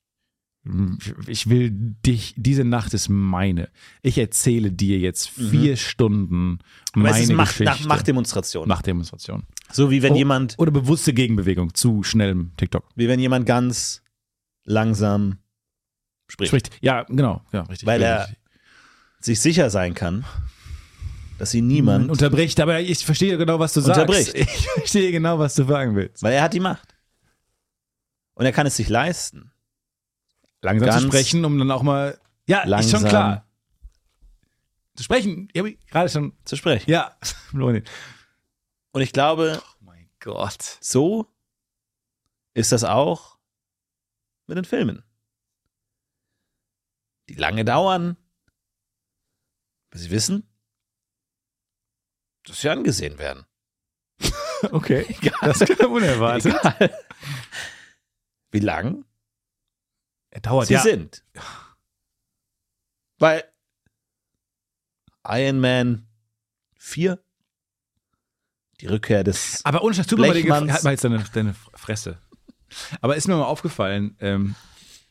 A: Ich will dich, diese Nacht ist meine. Ich erzähle dir jetzt vier Stunden
D: Weil
A: meine
D: Mhm. es ist Macht, nach
A: Geschichte.
D: Machtdemonstration.
A: Machtdemonstration.
D: So wie wenn
A: Oh,
D: jemand,
A: Oder bewusste Gegenbewegung zu schnellem TikTok.
D: wie wenn jemand ganz langsam spricht,
A: Spricht. Ja, genau. Ja, richtig.
D: Weil er
A: Richtig.
D: sich sicher sein kann, dass ihn niemand,
A: Man unterbricht, aber ich verstehe genau, was du sagst.
D: Unterbricht.
A: Ich verstehe genau, was du sagen willst.
D: weil er hat die Macht. Und er kann es sich leisten.
A: Langsam
D: Ganz
A: zu sprechen, um dann auch mal. Ja, ist
D: langsam.
A: schon klar. Zu sprechen. Ich habe gerade schon
D: Zu sprechen.
A: Ja,
D: Oh
A: Leonin.
D: Und ich glaube,
A: Mein Gott.
D: so ist das auch mit den Filmen. Die lange dauern, bis sie wissen, dass sie angesehen werden.
A: Okay, das kam unerwartet.
D: Egal. Wie lang
A: Er dauert
D: sie sind. Weil Iron Man 4, die Rückkehr des.
A: Aber ohne Scheiß, tut mir mal den Gefallen,
D: Blechmanns.
A: halt mal jetzt deine, deine Fresse. Aber ist mir mal aufgefallen, ähm,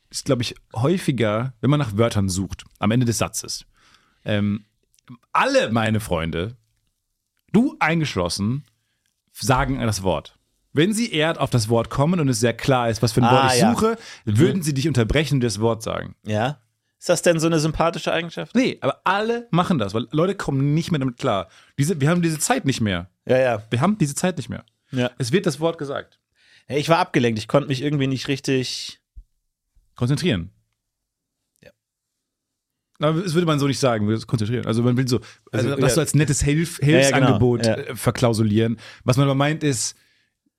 A: ist, glaube ich, häufiger, wenn man nach Wörtern sucht, am Ende des Satzes. Ähm, alle meine Freunde, du eingeschlossen, sagen das Wort. Wenn sie erst auf das Wort kommen und es sehr klar ist, was für ein
D: Ah,
A: Wort ich
D: ja.
A: suche, würden sie dich unterbrechen und das Wort sagen.
D: Ja. Ist das denn so eine sympathische Eigenschaft?
A: Nee, aber alle machen das, weil Leute kommen nicht mehr damit klar. Diese, wir haben diese Zeit nicht mehr.
D: Ja, ja.
A: Wir haben diese Zeit nicht mehr.
D: ja.
A: Es wird das Wort gesagt.
D: Hey, ich war abgelenkt, ich konnte mich irgendwie nicht richtig.
A: Konzentrieren.
D: Ja.
A: Aber das würde man so nicht sagen, wir konzentrieren. Also man will so, also
D: Also,
A: das
D: ja.
A: so als nettes Hilf
D: ja, genau.
A: Hilfsangebot
D: Ja.
A: äh, verklausulieren. Was man aber meint ist,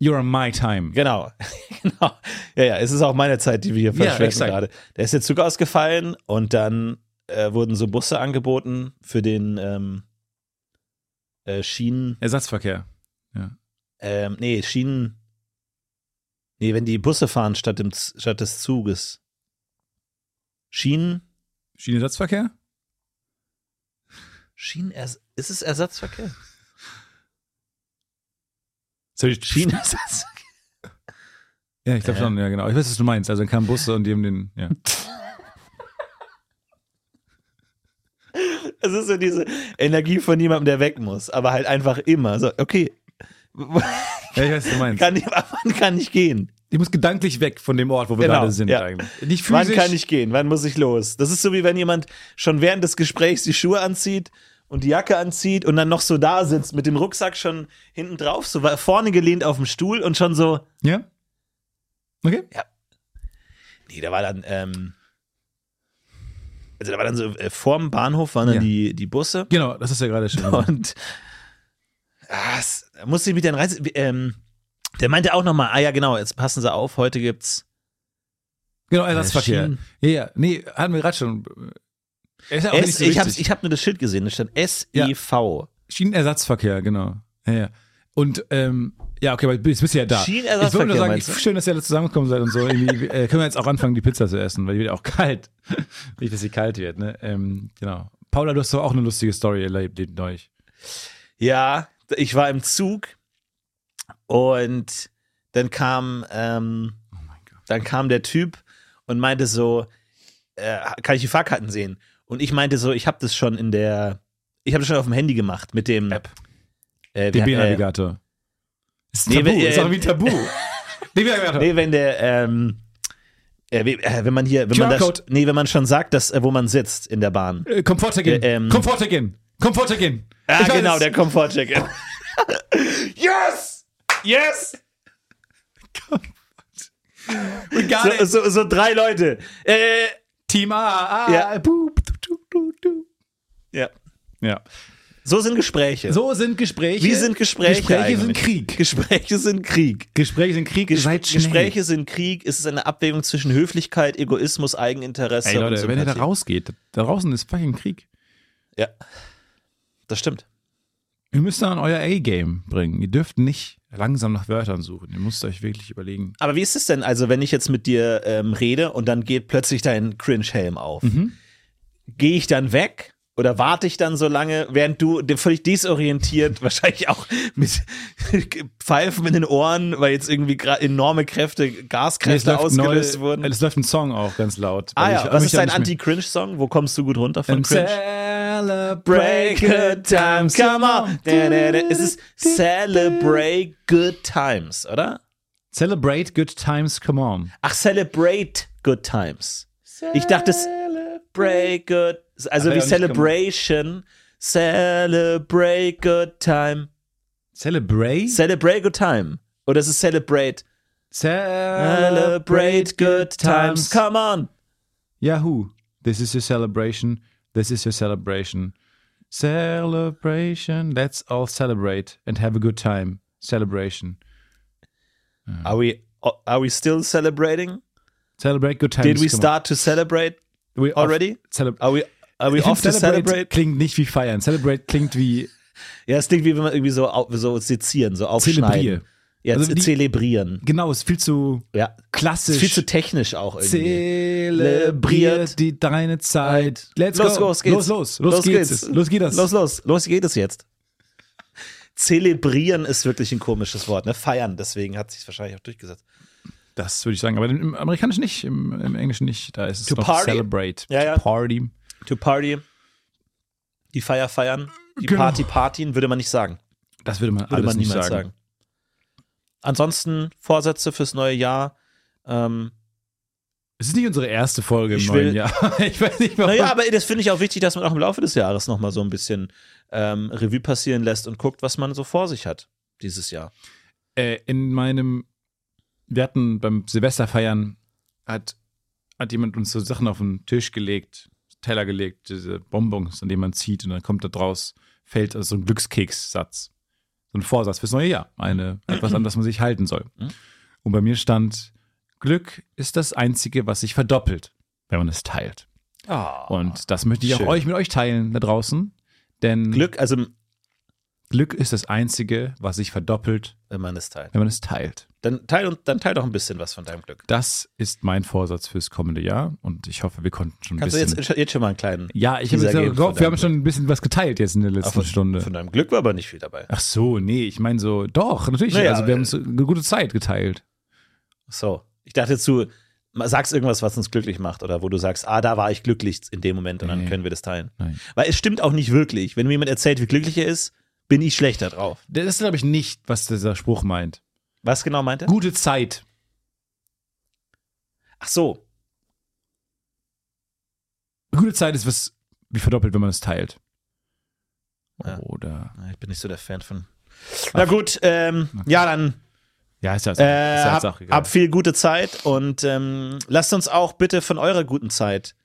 A: you're on my time.
D: Genau. genau. Ja, ja, es ist auch meine Zeit, die wir hier verschwenden
A: exakt.
D: gerade. Da ist der Zug ausgefallen und dann äh, wurden so Busse angeboten für den ähm, äh, Schienen.
A: Ersatzverkehr.
D: Ähm, nee, Schienen. Nee, wenn die Busse fahren statt, dem, Z- statt des Zuges. Schienen.
A: Schienenersatzverkehr?
D: Schienen. Ist es Ersatzverkehr?
A: Schienen.
D: Schienenersatz.
A: Ja, ich glaube schon, ja genau. Ich weiß, was du meinst. Also dann kamen Busse und die haben den, ja.
D: Es ist so diese Energie von jemandem, der weg muss, aber halt einfach immer. So, okay.
A: ja ich weiß, was du meinst.
D: kann, nicht- wann kann ich gehen?
A: Ich muss gedanklich weg von dem Ort, wo wir
D: Genau,
A: gerade sind
D: ja.
A: eigentlich. Nicht
D: Wann
A: physisch.
D: kann ich gehen? Wann muss ich los? Das ist so wie wenn jemand schon während des Gesprächs die Schuhe anzieht und die Jacke anzieht und dann noch so da sitzt mit dem Rucksack schon hinten drauf, so vorne gelehnt auf dem Stuhl und schon so.
A: Ja? Okay.
D: Nee, da war dann, ähm, also da war dann so, äh, vorm Bahnhof waren dann
A: Ja.
D: die, die Busse
A: Genau, das ist ja gerade schon.
D: und ah, es- da musste ich mit den Reise, ähm, der meinte auch nochmal, ah ja genau, jetzt passen Sie auf, heute gibt's E
A: Genau, Ersatzverkehr.
D: Schienen.
A: Ja, ja. Nee, hatten wir gerade schon. Er Ist ja auch
D: S,
A: nicht so
D: ich, hab,
A: wichtig.
D: ich hab nur das Schild gesehen, da stand E
A: Ja.
D: S-E-V.
A: Schienenersatzverkehr, genau. Ja, ja. Und, ähm, ja, okay, aber jetzt bist du ja da.
D: Schienenersatzverkehr,
A: Ich würde nur sagen,
D: meinst du?
A: ich, schön, dass ihr alle zusammengekommen seid und so. Irgendwie, äh, können wir jetzt auch anfangen, die Pizza zu essen, weil die wird auch kalt. Nicht, dass sie kalt wird, ne? Ähm, genau. Paula, du hast doch auch eine lustige Story erlebt, neulich.
D: Ja, ich war im Zug und dann kam, ähm,
A: Oh
D: dann kam der Typ und meinte so, äh, kann ich die Fahrkarten sehen? Und ich meinte so, ich habe das schon in der, ich habe das schon auf dem Handy gemacht mit dem
A: App.
D: Äh, wie- äh,
A: DB-Navigator. Ist
D: nee,
A: Tabu,
D: wenn-
A: ist
D: äh,
A: auch wie Tabu. DB-Navigator.
D: nee, wenn der, ähm, äh, wie- äh, wenn man hier, wenn man das,
A: QR-Code.
D: nee, wenn man schon sagt, dass, äh, wo man sitzt in der Bahn.
A: Äh, Komfortagin.
D: Äh, ähm.
A: Komfortagin. Komfortagin.
D: Ah,
A: Ich weiß
D: genau,
A: es.
D: der Komfortcheck. yes! Yes!
C: Und gar
D: So,
C: nicht.
D: so, so drei Leute. Äh,
A: Team A, A,
D: Ja.
A: ah, Boop, du, du, du, du.
D: ja.
A: ja.
D: So sind Gespräche.
A: So sind Gespräche.
D: Wie sind Gespräche?
A: Gespräche sind
D: eigentlich?
A: Krieg.
D: Gespräche sind Krieg.
A: Gespräche sind Krieg.
D: Ges
A: Seid schnell.
D: Gespräche sind Krieg. Es ist eine Abwägung zwischen Höflichkeit, Egoismus, Eigeninteresse.
A: Ey
D: und
A: Leute, wenn ihr da
D: Sympathie.
A: rausgeht, da draußen ist fucking Krieg.
D: Ja. Das stimmt.
A: Ihr müsst da an euer A-Game bringen. Ihr dürft nicht langsam nach Wörtern suchen. Ihr müsst euch wirklich überlegen.
D: Aber wie ist es denn, also wenn ich jetzt mit dir ähm, rede und dann geht plötzlich dein Cringe-Helm auf?
A: Mhm.
D: Gehe ich dann weg oder warte ich dann so lange, während du dir völlig desorientiert, wahrscheinlich auch mit Pfeifen in den Ohren, weil jetzt irgendwie gra- enorme Kräfte, Gaskräfte ausgelöst
A: neue-
D: wurden?
A: es läuft ein Song auch ganz laut.
D: Ah
A: weil ich-
D: ja,
A: weil
D: was
A: mich
D: ist
A: ja
D: dein
A: nicht mehr- Ähm,
D: Anti-Cringe-Song? Wo kommst du gut runter von
A: And
D: Cringe?
A: Celebrate good times,
D: come on. Da, da, da. Es ist Celebrate Good Times, oder?
A: Celebrate good times, come on.
D: Ach, Celebrate Good Times. Ich dachte, es- Celebrate Good,
A: Hat
D: also
A: er
D: wie
A: ja nicht
D: Celebration. Celebrate Good Time.
A: Celebrate?
D: Celebrate Good Time. Oder es ist Celebrate. Celebrate Good Times. Come on.
A: Yahoo. This is your celebration. This is your celebration. Celebration. Let's all celebrate and have a good time. Celebration.
D: Are we, are we still celebrating?
A: Celebrate good times.
D: Did we
A: come on.
D: start to celebrate
A: We off-
D: already?
A: Celeb
D: Are we, are we
A: Ich
D: off
A: find
D: to celebrate?
A: klingt nicht wie feiern. Celebrate klingt wie
D: Ja, es klingt wie wenn man irgendwie so, au- so sezieren, so aufschneiden.
A: Zelebriere.
D: Ja,
A: Also
D: ze-
A: die-
D: zelebrieren.
A: Genau, ist viel zu
D: Ja.
A: klassisch.
D: Ist viel zu technisch auch irgendwie.
A: Zelebriert die deine Zeit. Let's
D: los,
A: go.
D: los geht's.
A: Los, los, los, geht's. Los geht das.
D: Los, los, los geht es jetzt. Zelebrieren ist wirklich ein komisches Wort, ne? Feiern, deswegen hat sich wahrscheinlich auch durchgesetzt.
A: Das würde ich sagen, aber im Amerikanischen nicht, im, im Englischen nicht. Da ist es
D: To
A: noch
D: party.
A: celebrate.
D: Ja, ja.
A: To Party.
D: To party, die Feier feiern, die
A: Genau.
D: Party partien, würde man nicht sagen.
A: Das würde man
D: Würde
A: alles
D: man
A: nicht
D: niemals
A: sagen.
D: sagen. Ansonsten Vorsätze fürs neue Jahr. Ähm,
A: Es ist nicht unsere erste Folge im
D: Ich
A: neuen
D: will-
A: Jahr. ich weiß nicht, warum.
D: Naja, aber das finde ich auch wichtig, dass man auch im Laufe des Jahres nochmal so ein bisschen ähm, Revue passieren lässt und guckt, was man so vor sich hat dieses Jahr.
A: äh, in meinem, wir hatten beim Silvesterfeiern, hat, hat jemand uns so Sachen auf den Tisch gelegt, Teller gelegt, diese Bonbons, an denen man zieht und dann kommt da draus, fällt also so ein Glückskekssatz. So ein Vorsatz fürs neue Jahr. Eine, etwas, an das man sich halten soll.
D: Mhm.
A: Und bei mir stand, Glück ist das Einzige, was sich verdoppelt, wenn man es teilt. und das möchte ich
D: Ah, schön.
A: auch euch mit euch teilen da draußen. Denn
D: Glück, also
A: Glück ist das Einzige, was sich verdoppelt,
D: wenn man es teilt.
A: wenn man es teilt.
D: Dann teil, und- dann teil doch ein bisschen was von deinem Glück.
A: Das ist mein Vorsatz fürs kommende Jahr und ich hoffe, wir konnten schon ein
D: Kannst du
A: bisschen.
D: jetzt, jetzt schon mal einen kleinen.
A: ja, ich habe
D: Teaser
A: jetzt
D: geben
A: gehofft,
D: von
A: wir
D: deinem
A: haben schon ein bisschen was geteilt jetzt in der
D: Glück.
A: letzten
D: von,
A: Stunde.
D: Von deinem Glück war aber nicht viel dabei.
A: Ach so, nee, ich meine so, doch, natürlich.
D: Naja,
A: also wir
D: äh,
A: haben so eine gute Zeit geteilt.
D: So. Ich dachte zu, sagst irgendwas, was uns glücklich macht oder wo du sagst, ah, da war ich glücklich in dem Moment und dann
A: Nee.
D: können wir das teilen.
A: Nein.
D: Weil es stimmt auch nicht wirklich. Wenn mir jemand erzählt, wie glücklich er ist, bin ich schlechter drauf.
A: Das ist, glaube ich, nicht, was dieser Spruch meint.
D: Was genau meint er?
A: Gute Zeit.
D: Ach so.
A: Gute Zeit ist was wie verdoppelt, wenn man es teilt.
D: Ja.
A: Oder.
D: Ich bin nicht so der Fan von. Na gut, ähm, ja, dann
A: Ja, ist ja, ist
D: äh,
A: ja
D: hab,
A: jetzt auch egal.
D: hab viel gute Zeit und ähm, lasst uns auch bitte von eurer guten Zeit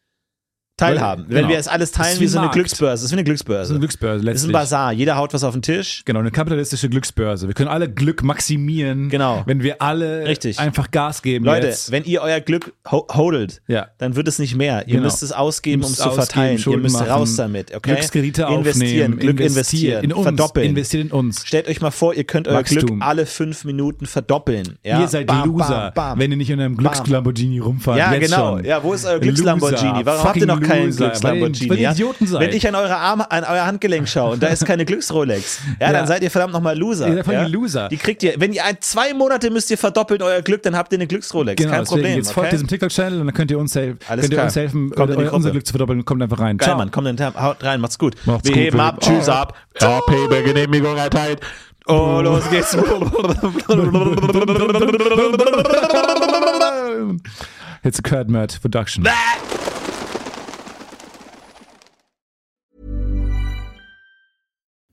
D: teilhaben.
A: Weil-
D: Wenn
A: genau.
D: wir es alles
A: Ist
D: teilen,
A: wie
D: wie so eine
A: Markt.
D: Glücksbörse. Ist wie eine
A: Das ist eine
D: Glücksbörse.
A: Glücksbörse
D: Ist ein
A: Also, letztlich.
D: Basar. Jeder haut was auf den Tisch.
A: Genau, eine kapitalistische Glücksbörse. Wir können alle Glück maximieren,
D: Genau.
A: wenn wir alle
D: Richtig.
A: einfach Gas geben.
D: Leute,
A: Genau. jetzt.
D: wenn ihr euer Glück ho hodelt,
A: Ja.
D: dann wird es nicht mehr. Ihr
A: Genau.
D: müsst es ausgeben, um
A: Müsst
D: es zu
A: ausgeben,
D: verteilen.
A: Schulden
D: ihr müsst
A: machen,
D: raus damit. Okay?
A: Glückskredite
D: investieren,
A: aufnehmen,
D: Glück investieren,
A: in uns,
D: verdoppeln.
A: investiert in uns.
D: Stellt euch mal vor, ihr könnt euer
A: Wachstum.
D: Glück alle fünf Minuten verdoppeln. Ja?
A: ihr seid
D: Bam,
A: Loser,
D: bam, bam.
A: wenn ihr nicht in einem Glücks-Lamborghini rumfahrt.
D: Ja,
A: jetzt
D: genau.
A: Schon.
D: Ja, wo ist euer
A: Loser,
D: Glücks-Lamborghini? Warum habt ihr noch
A: fucking
D: keinen
A: Loser,
D: Glücks-Lamborghini?
A: Weil ihr- weil ihr
D: ja?
A: Idioten seid.
D: Wenn ich an, eure Arm, an euer Handgelenk schaue und da ist keine Glücks-Rolex, ja,
A: Ja.
D: dann seid ihr verdammt nochmal Loser.
A: Ihr seid fucking
D: ja?
A: Loser.
D: Die kriegt ihr, wenn ihr ein, zwei Monate müsst ihr verdoppeln euer Glück, dann habt ihr eine Glücks-Rolex.
A: Genau,
D: Kein
A: deswegen
D: Problem.
A: Jetzt folgt
D: okay?
A: diesem TikTok-Channel und dann könnt ihr uns, helfen.
D: Alles
A: könnt ihr
D: klar.
A: uns helfen,
D: Kommt in die
A: euer- unser
D: Gruppe.
A: Glück zu verdoppeln. Kommt einfach rein.
D: Geil,
A: Ciao.
D: Mann, komm dann her- haut rein, macht's gut.
A: Macht's
D: Wir
A: gut,
D: heben
A: wir
D: ab,
A: heben
D: tschüss
A: ab.
D: ab. RP, Genehmigung erteilt. Oh, los geht's.
A: It's a Kurt Mert Production.